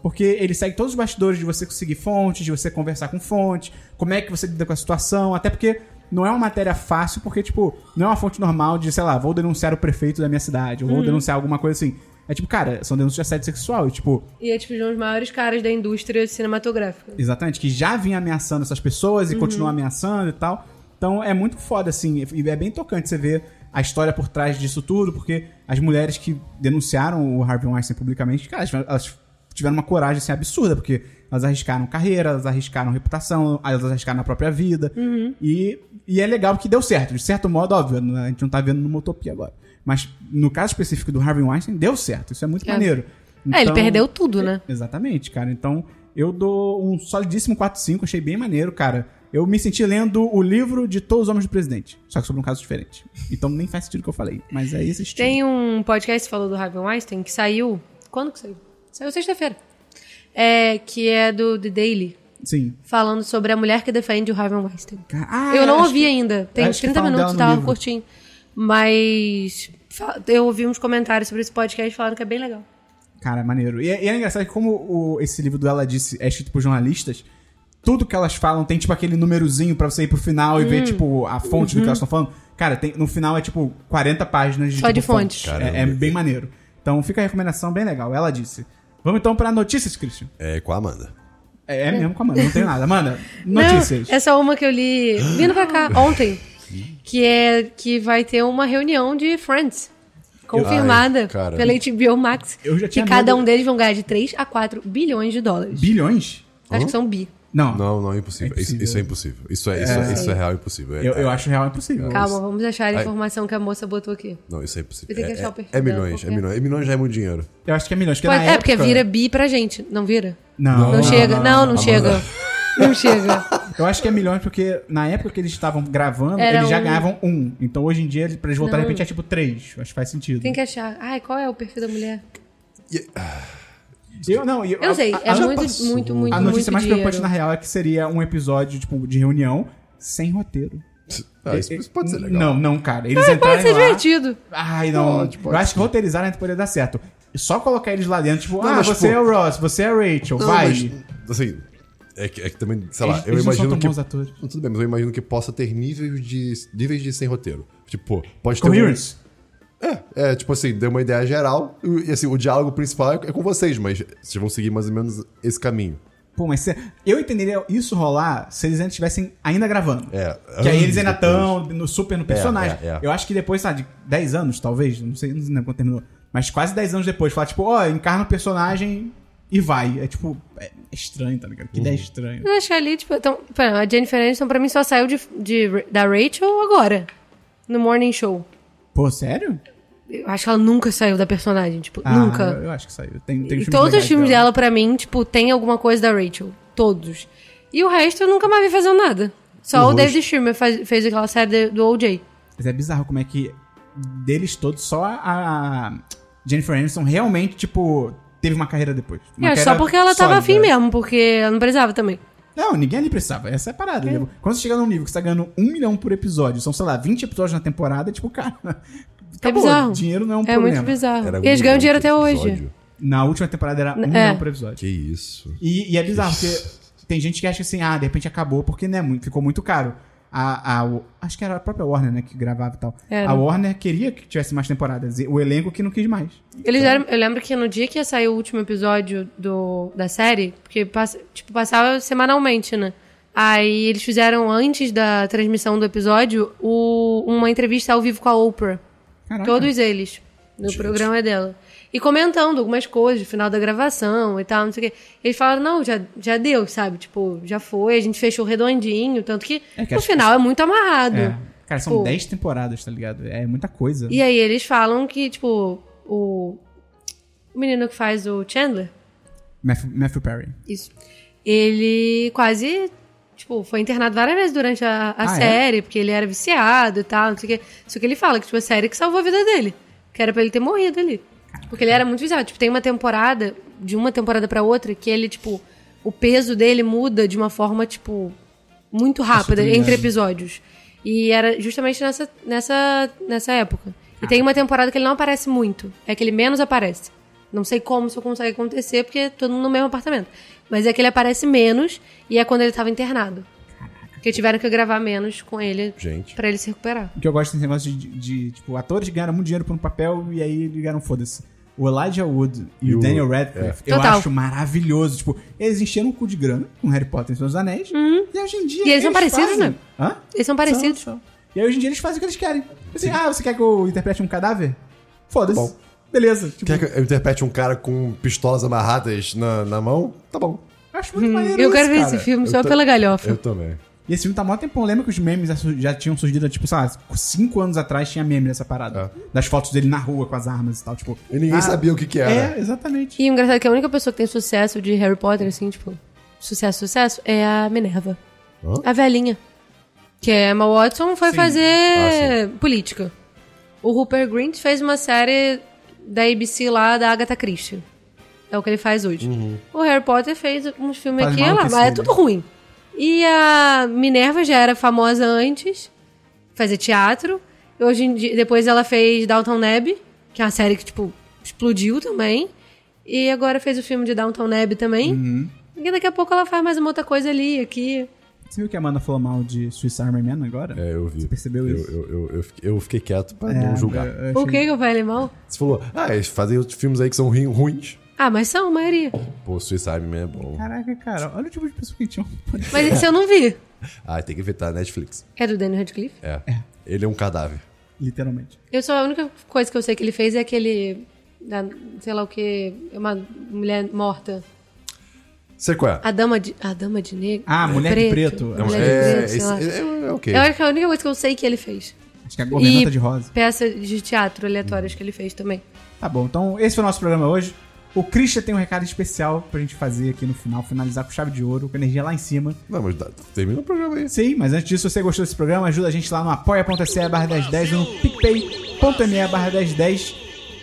Speaker 1: Porque ele segue todos os bastidores de você conseguir fontes, de você conversar com fontes, como é que você lida com a situação, até porque não é uma matéria fácil, porque, tipo, não é uma fonte normal de, sei lá, vou denunciar o prefeito da minha cidade, ou vou denunciar alguma coisa assim. É tipo, cara, são denúncias de assédio sexual, e tipo,
Speaker 3: E é tipo de um dos maiores caras da indústria cinematográfica.
Speaker 1: Exatamente, que já vinha ameaçando essas pessoas e
Speaker 3: Uhum.
Speaker 1: continua ameaçando e tal. Então é muito foda, assim, e é bem tocante você ver a história por trás disso tudo, porque as mulheres que denunciaram o Harvey Weinstein publicamente, cara, elas- elas tiveram uma coragem assim, absurda, porque elas arriscaram carreira, elas arriscaram reputação, elas arriscaram a própria vida.
Speaker 3: Uhum.
Speaker 1: E, e é legal que deu certo. De certo modo, óbvio, a gente não tá vendo numa utopia agora. Mas no caso específico do Harvey Weinstein, deu certo. Isso é muito
Speaker 3: É.
Speaker 1: maneiro.
Speaker 3: É, ele
Speaker 1: Então-
Speaker 3: perdeu tudo, né?
Speaker 1: Exatamente, cara. Então, eu dou um solidíssimo 4-5, achei bem maneiro, cara. Eu me senti lendo o livro de todos os homens do presidente, só que sobre um caso diferente. Então nem faz sentido o que eu falei, mas é esse estilo.
Speaker 3: Tem um podcast que falou do Harvey Weinstein que saiu. Quando que saiu? Saiu sexta-feira. É, que é do The Daily,
Speaker 1: Sim.
Speaker 3: falando sobre a mulher que defende o Harvey Weinstein.
Speaker 1: Ca- Ah,
Speaker 3: eu não
Speaker 1: acho
Speaker 3: ouvi
Speaker 1: que-
Speaker 3: ainda. Tem
Speaker 1: acho que
Speaker 3: 30
Speaker 1: falam dela
Speaker 3: minutos,
Speaker 1: no
Speaker 3: tava
Speaker 1: livro.
Speaker 3: curtinho. Mas fa- eu ouvi uns comentários sobre esse podcast falando que é bem legal.
Speaker 1: Cara, maneiro. E, é- e é engraçado que como o- esse livro do Ela Disse é escrito por jornalistas, tudo que elas falam tem, tipo, aquele númerozinho pra você ir pro final e
Speaker 3: Hum.
Speaker 1: ver, tipo, a fonte
Speaker 3: Uhum.
Speaker 1: do que elas estão falando. Cara, tem- no final é, tipo, 40 páginas de,
Speaker 3: Só
Speaker 1: tipo,
Speaker 3: de fontes.
Speaker 1: É, é bem maneiro. Então fica a recomendação bem legal. Ela Disse. Vamos então pra notícias, Christian.
Speaker 2: É com a Amanda.
Speaker 1: É, é mesmo com a Amanda, não tem nada. Amanda,
Speaker 3: Não,
Speaker 1: notícias.
Speaker 3: essa é uma que eu li vindo pra cá ontem. Que é que vai ter uma reunião de Friends. Confirmada
Speaker 2: Ai, cara.
Speaker 3: pela HBO Max.
Speaker 1: Eu já tinha
Speaker 3: que cada
Speaker 1: medo.
Speaker 3: um deles vão ganhar de 3 a 4 bilhões de dólares.
Speaker 1: Bilhões?
Speaker 3: Acho que são bi.
Speaker 1: Não,
Speaker 2: Não, não, é impossível.
Speaker 1: É
Speaker 2: Isso,
Speaker 1: impossível.
Speaker 2: isso é impossível. Isso é, isso é, isso é real impossível. É-
Speaker 1: eu, eu
Speaker 2: é-
Speaker 1: acho real impossível.
Speaker 3: Calma, vamos achar a
Speaker 2: Ai.
Speaker 3: informação que a moça botou aqui.
Speaker 2: Não, isso é
Speaker 3: Eu
Speaker 2: impossível.
Speaker 3: tenho que
Speaker 2: É,
Speaker 3: achar o
Speaker 2: é-
Speaker 3: perfil
Speaker 2: é
Speaker 3: dela,
Speaker 2: milhões, é
Speaker 3: porque-
Speaker 2: milhões. E milhões já é muito dinheiro.
Speaker 1: Eu acho que é milhões, porque
Speaker 3: Pode-
Speaker 1: na
Speaker 3: é,
Speaker 1: época...
Speaker 3: porque vira bi pra gente. Não vira?
Speaker 1: Não,
Speaker 3: Não, chega. Não, não, chega. Não chega.
Speaker 1: Eu acho que é milhões porque na época que eles estavam gravando,
Speaker 3: Era
Speaker 1: eles já
Speaker 3: um.
Speaker 1: ganhavam um. Então hoje em dia, eles- pra eles voltarem de repente, é tipo três. Acho que faz sentido.
Speaker 3: Tem que achar. Ai, qual é o perfil da mulher?
Speaker 1: Eu não, eu,
Speaker 3: Eu não sei.
Speaker 1: a-
Speaker 3: É
Speaker 1: a-
Speaker 3: muito,
Speaker 2: passou.
Speaker 3: muito, muito,
Speaker 1: A notícia
Speaker 3: muito
Speaker 1: mais
Speaker 3: dinheiro.
Speaker 1: preocupante, na real, é que seria um episódio, tipo, de reunião sem roteiro.
Speaker 2: Ah, isso, isso pode ser legal.
Speaker 1: É, Não, não, cara. Eles
Speaker 3: É, Pode
Speaker 1: entrarem
Speaker 3: ser
Speaker 1: lá...
Speaker 3: divertido.
Speaker 1: Ai, não.
Speaker 2: Pode, pode
Speaker 1: eu acho que roteirizar a gente poderia dar certo. Só colocar eles lá dentro, tipo,
Speaker 2: Não,
Speaker 1: ah,
Speaker 2: mas,
Speaker 1: você
Speaker 2: tipo-
Speaker 1: é o Ross, você é a Rachel,
Speaker 2: Não,
Speaker 1: vai.
Speaker 2: mas, assim, é que, é que também, sei lá,
Speaker 1: Eles-
Speaker 2: eu
Speaker 1: eles não são
Speaker 2: imagino
Speaker 1: tão
Speaker 2: que...
Speaker 1: bons assim. atores.
Speaker 2: Não, tudo bem, mas eu imagino que possa ter níveis de, níveis de sem roteiro. Tipo, pô, pode ter... um-
Speaker 1: Coherence.
Speaker 2: É, tipo assim, deu uma ideia geral e assim, o diálogo principal é é com vocês, mas vocês vão seguir mais ou menos esse caminho.
Speaker 1: Pô, mas se- eu entenderia isso rolar se eles ainda estivessem ainda gravando.
Speaker 2: É,
Speaker 1: Que aí
Speaker 2: anos
Speaker 1: eles ainda
Speaker 2: depois.
Speaker 1: estão no, super no personagem.
Speaker 2: é, é.
Speaker 1: Eu acho que depois, sabe, de 10 anos, talvez, não sei, não lembro quando terminou. Mas quase 10 anos depois, falar, tipo, ó, encarna o personagem e vai. É tipo, é estranho, tá
Speaker 2: Uhum.
Speaker 1: ligado? Que ideia estranha.
Speaker 3: Eu achei ali, tipo, então, pera, a Jennifer Aniston pra mim só saiu de, de- da Rachel agora, no Morning Show.
Speaker 1: Pô, sério?
Speaker 3: Eu acho que ela nunca saiu da personagem, tipo,
Speaker 1: Ah, Eu,
Speaker 3: nunca.
Speaker 1: eu acho que saiu. Tem, tem
Speaker 3: E
Speaker 1: filmes
Speaker 3: todos os
Speaker 1: legais
Speaker 3: filmes dela. pra mim, tipo, tem alguma coisa da Rachel. Todos. E o resto eu nunca mais vi fazendo nada. Só
Speaker 2: O
Speaker 3: o,
Speaker 2: rosto.
Speaker 3: David Schirmer faz- fez aquela série de- do OJ.
Speaker 1: Mas é bizarro como é que deles todos, só a a Jennifer Aniston realmente, tipo, teve uma carreira depois. Uma
Speaker 3: Eu acho
Speaker 1: carreira
Speaker 3: É, só porque ela tava
Speaker 1: sólida.
Speaker 3: afim mesmo, porque ela não precisava também.
Speaker 1: Não, ninguém ali precisava. Essa é a parada. né? Quando você chega num nível que você tá ganhando um milhão por episódio, são, sei lá, 20 episódios na temporada, tipo, cara. Acabou.
Speaker 3: bizarro.
Speaker 1: Dinheiro não é um
Speaker 3: é
Speaker 1: problema.
Speaker 3: muito bizarro.
Speaker 2: Era
Speaker 3: e eles
Speaker 2: um
Speaker 3: ganham dinheiro até
Speaker 2: episódio.
Speaker 3: hoje.
Speaker 1: Na última temporada era um
Speaker 3: É.
Speaker 1: milhão por episódio.
Speaker 2: Que isso.
Speaker 1: E, e é bizarro, porque tem gente que acha assim, ah, de repente acabou porque né, muito- ficou muito caro. A, a- o- acho que era a própria Warner, né, que gravava e tal.
Speaker 3: Era.
Speaker 1: A Warner queria que tivesse mais temporadas. e O elenco que não quis mais.
Speaker 3: Eles eram, eu lembro que no dia que ia sair o último episódio do, da série, porque pass- tipo, passava semanalmente, né? Aí eles fizeram, antes da transmissão do episódio, o- uma entrevista ao vivo com a Oprah.
Speaker 1: Caraca.
Speaker 3: Todos eles. No
Speaker 2: Gente.
Speaker 3: programa é dela. E comentando algumas coisas, no final da gravação e tal, não sei o quê. Eles falaram, não, já, já deu, sabe? Tipo, já foi, a gente fechou redondinho. Tanto que,
Speaker 1: É que
Speaker 3: no
Speaker 1: acho que-
Speaker 3: final é muito amarrado.
Speaker 1: É. Cara, são
Speaker 3: Tipo-
Speaker 1: 10 temporadas, tá ligado? É muita coisa.
Speaker 3: E aí eles falam que, tipo, o, o menino que faz o Chandler,
Speaker 1: Matthew, Matthew Perry.
Speaker 3: isso, ele quase, tipo, foi internado várias vezes durante a, a
Speaker 1: Ah, é?
Speaker 3: série, porque ele era viciado e tal, não sei o que. Só que ele fala que, tipo, a série que salvou a vida dele. Que era pra ele ter morrido ali. Porque ele era muito viciado. Tipo, tem uma temporada, de uma temporada pra outra que ele, tipo, o peso dele muda de uma forma, tipo, muito rápida
Speaker 1: Surpreendente.
Speaker 3: entre episódios. E era justamente nessa, nessa, nessa época. E tem uma temporada que ele não aparece muito. É que ele menos aparece. Não sei como isso consegue acontecer, porque é todo mundo no mesmo apartamento. Mas é que ele aparece menos e é quando ele tava internado. Porque tiveram que gravar menos com ele
Speaker 2: Gente.
Speaker 3: pra ele se recuperar.
Speaker 1: O que eu gosto desse negócio de, de, tipo, atores que ganharam muito dinheiro por um papel e aí ligaram, foda-se. O Elijah Wood e,
Speaker 2: E
Speaker 1: o
Speaker 2: o- é.
Speaker 1: Daniel Radcliffe, eu
Speaker 3: Total.
Speaker 1: acho maravilhoso. Tipo, eles encheram o cu de grana com Harry Potter e seus anéis. E hoje em dia.
Speaker 3: Uhum. E eles são parecidos,
Speaker 1: fazem.
Speaker 3: né?
Speaker 1: Hã?
Speaker 3: Eles são parecidos.
Speaker 1: São, são. E aí hoje em dia eles fazem o que eles querem. Assim, ah, você quer que eu interprete um cadáver? Foda-se.
Speaker 2: Tá Bom.
Speaker 1: Beleza. Tipo,
Speaker 2: Quer que eu interprete um cara com pistolas amarradas na, na mão? Tá bom.
Speaker 1: acho muito maneiro.
Speaker 3: Hum, Uhum. eu
Speaker 1: isso,
Speaker 3: quero ver
Speaker 1: cara.
Speaker 3: esse filme
Speaker 2: eu
Speaker 3: só
Speaker 2: tô-
Speaker 3: pela galhofa.
Speaker 2: Eu também.
Speaker 1: E esse filme tá mó tempão. Lembra que os memes já su- já tinham surgido, tipo, sei lá, cinco anos atrás tinha meme dessa parada. Das fotos dele na rua com as armas e tal, tipo.
Speaker 2: É. E ninguém
Speaker 1: ah,
Speaker 2: sabia né? o que que era.
Speaker 1: É, exatamente.
Speaker 3: E o engraçado é que a única pessoa que tem sucesso de Harry Potter, assim, tipo, sucesso, sucesso, é a Minerva.
Speaker 2: Hã?
Speaker 3: A velhinha. Que a Emma Watson foi fazer política. O Rupert Grint fez uma série da ABC lá, da Agatha Christie. É o que ele faz hoje. O Harry Potter fez uns filmes
Speaker 1: Faz
Speaker 3: aqui e lá, mas é
Speaker 1: maluquice,
Speaker 3: tudo ruim. E a Minerva já era famosa antes, fazia teatro. E Hoje em dia, depois ela fez Downton Abbey, que é uma série que, tipo, explodiu também. E agora fez o filme de Downton Abbey também. E daqui a pouco ela faz mais uma outra coisa ali, aqui.
Speaker 1: Você viu que a Amanda falou mal de Swiss Army Man agora?
Speaker 2: É, eu vi.
Speaker 1: Você percebeu
Speaker 2: eu,
Speaker 1: isso?
Speaker 2: Eu, eu, eu fiquei, eu fiquei quieto pra
Speaker 1: É,
Speaker 2: não julgar.
Speaker 1: eu- eu
Speaker 3: O
Speaker 1: achei-
Speaker 3: que que eu falei mal?
Speaker 2: Você falou, ah, eles fazem outros filmes aí que são ri- ruins.
Speaker 3: Ah, mas são, a maioria.
Speaker 2: Pô, Suicide Man é bom.
Speaker 1: Caraca, cara, olha o tipo de pessoa que tinha. um-
Speaker 3: Mas esse eu não vi.
Speaker 2: Ah, tem que ver, tá? Netflix.
Speaker 3: É do Daniel Radcliffe.
Speaker 2: É. Ele é um cadáver.
Speaker 1: Literalmente.
Speaker 3: Eu só, a única coisa que eu sei que ele fez é aquele. Da, sei lá o que. Uma mulher morta.
Speaker 2: Sei qual é.
Speaker 3: A dama de. A dama de negro.
Speaker 1: Ah, Mulher de Preto.
Speaker 3: A
Speaker 1: Não,
Speaker 3: mulher
Speaker 2: é,
Speaker 3: de preto, sei
Speaker 2: esse-
Speaker 3: lá.
Speaker 2: é, é ok.
Speaker 3: Eu acho que é a única coisa que eu sei que ele fez.
Speaker 1: Acho que é a governanta
Speaker 3: E-
Speaker 1: de rosa.
Speaker 3: Peça de teatro aleatórias que ele fez também.
Speaker 1: Tá bom, então esse foi o nosso programa hoje. O Christian tem um recado especial pra gente fazer aqui no final, finalizar com chave de ouro, com energia lá em cima.
Speaker 2: Não, mas dá- termina o programa aí.
Speaker 1: Sim, mas antes disso, se você gostou desse programa, ajuda a gente lá no apoia.se barra 1010 ou no picpay.me barra 1010.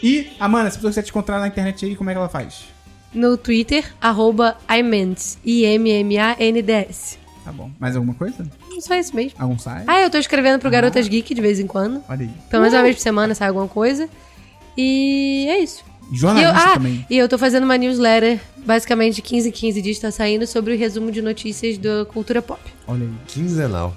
Speaker 1: E, Amanda, se a pessoa quiser te encontrar na internet aí, como é que ela faz?
Speaker 3: No Twitter, arroba imans. I-M-M-A-N-D-S.
Speaker 1: Tá bom. Mais alguma coisa?
Speaker 3: É Só isso mesmo.
Speaker 1: Algum site?
Speaker 3: Ah, eu tô escrevendo pro Garotas Geek de vez em quando.
Speaker 1: Olha aí.
Speaker 3: Pelo menos uma vez por semana sai alguma coisa. E é isso. E eu,
Speaker 1: Jornalista
Speaker 3: ah,
Speaker 1: também.
Speaker 3: e eu tô fazendo uma newsletter, basicamente de 15 em 15 dias, tá saindo sobre o resumo de notícias da cultura pop.
Speaker 1: Olha aí.
Speaker 2: Quinzenal.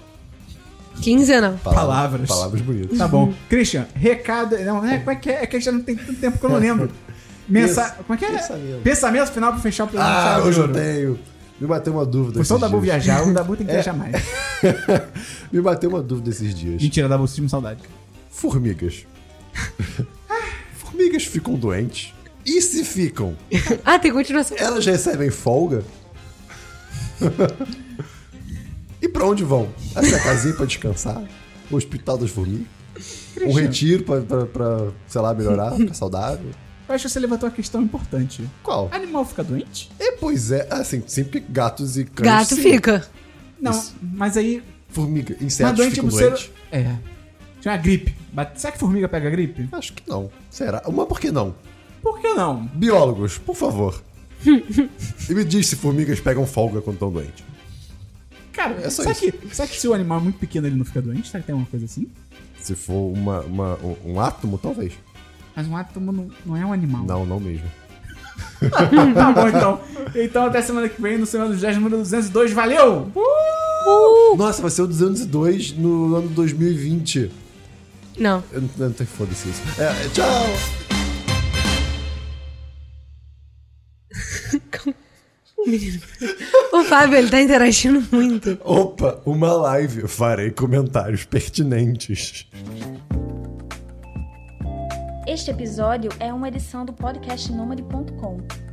Speaker 3: Quinzenal.
Speaker 1: Palavras.
Speaker 2: Palavras bonitas.
Speaker 1: Tá bom. Christian, recado. Não, é, como é que é? É que já não tem tanto tempo que eu não lembro. Mensa...
Speaker 2: Pensa-
Speaker 1: Como é que era? Pensamento.
Speaker 2: pensamento.
Speaker 1: final pra fechar o programa.
Speaker 2: Ah,
Speaker 1: chave de
Speaker 2: hoje eu
Speaker 1: ouro.
Speaker 2: tenho. Me bateu uma dúvida.
Speaker 1: Foi só o
Speaker 2: esses
Speaker 1: Dabu
Speaker 2: dias. É.
Speaker 1: viajar, o Dabu tem que viajar mais.
Speaker 2: Me bateu uma dúvida esses dias.
Speaker 1: Mentira, Dabu, sinto saudade.
Speaker 2: Formigas. Formigas ficam doentes? E se ficam?
Speaker 3: Ah, tem continuação.
Speaker 2: Elas recebem folga? e pra onde vão? Até a casinha pra descansar? O hospital das formigas? Um retiro pra, pra, pra, sei lá, melhorar, ficar saudável?
Speaker 1: Eu acho que você levantou uma questão importante.
Speaker 2: Qual?
Speaker 1: Animal fica doente?
Speaker 2: É, pois é, assim, sempre que gatos e cães.
Speaker 3: Gato
Speaker 2: sim.
Speaker 3: fica.
Speaker 1: Não, mas aí
Speaker 2: Formiga,
Speaker 1: Mas
Speaker 2: insetos
Speaker 1: doente
Speaker 2: ficam
Speaker 1: por ser.
Speaker 2: doentes?
Speaker 1: É. Tinha uma gripe. Bate- Será que formiga pega gripe?
Speaker 2: Acho que não. Será? Uma por que não?
Speaker 1: Por que não?
Speaker 2: Biólogos, por favor. e me diz se formigas pegam folga quando estão doentes.
Speaker 1: Cara,
Speaker 2: É só
Speaker 1: será,
Speaker 2: isso.
Speaker 1: Que, será que se o animal é muito pequeno ele não fica doente? Será que tem alguma coisa assim?
Speaker 2: Se for uma, uma- um, um átomo, talvez.
Speaker 1: Mas um átomo não, não é um animal.
Speaker 2: Não, não mesmo.
Speaker 1: Tá bom, então. Então até semana que vem, no Semana dos 10, número 202. Valeu!
Speaker 2: Nossa, vai ser o 202 no ano 2020.
Speaker 3: Não.
Speaker 2: Eu não, eu não tenho foda-se isso. É, tchau!
Speaker 3: O Fábio, ele tá interagindo muito.
Speaker 2: Opa, uma live. Farei comentários pertinentes.
Speaker 5: Este episódio é uma edição do podcast Nômade.com.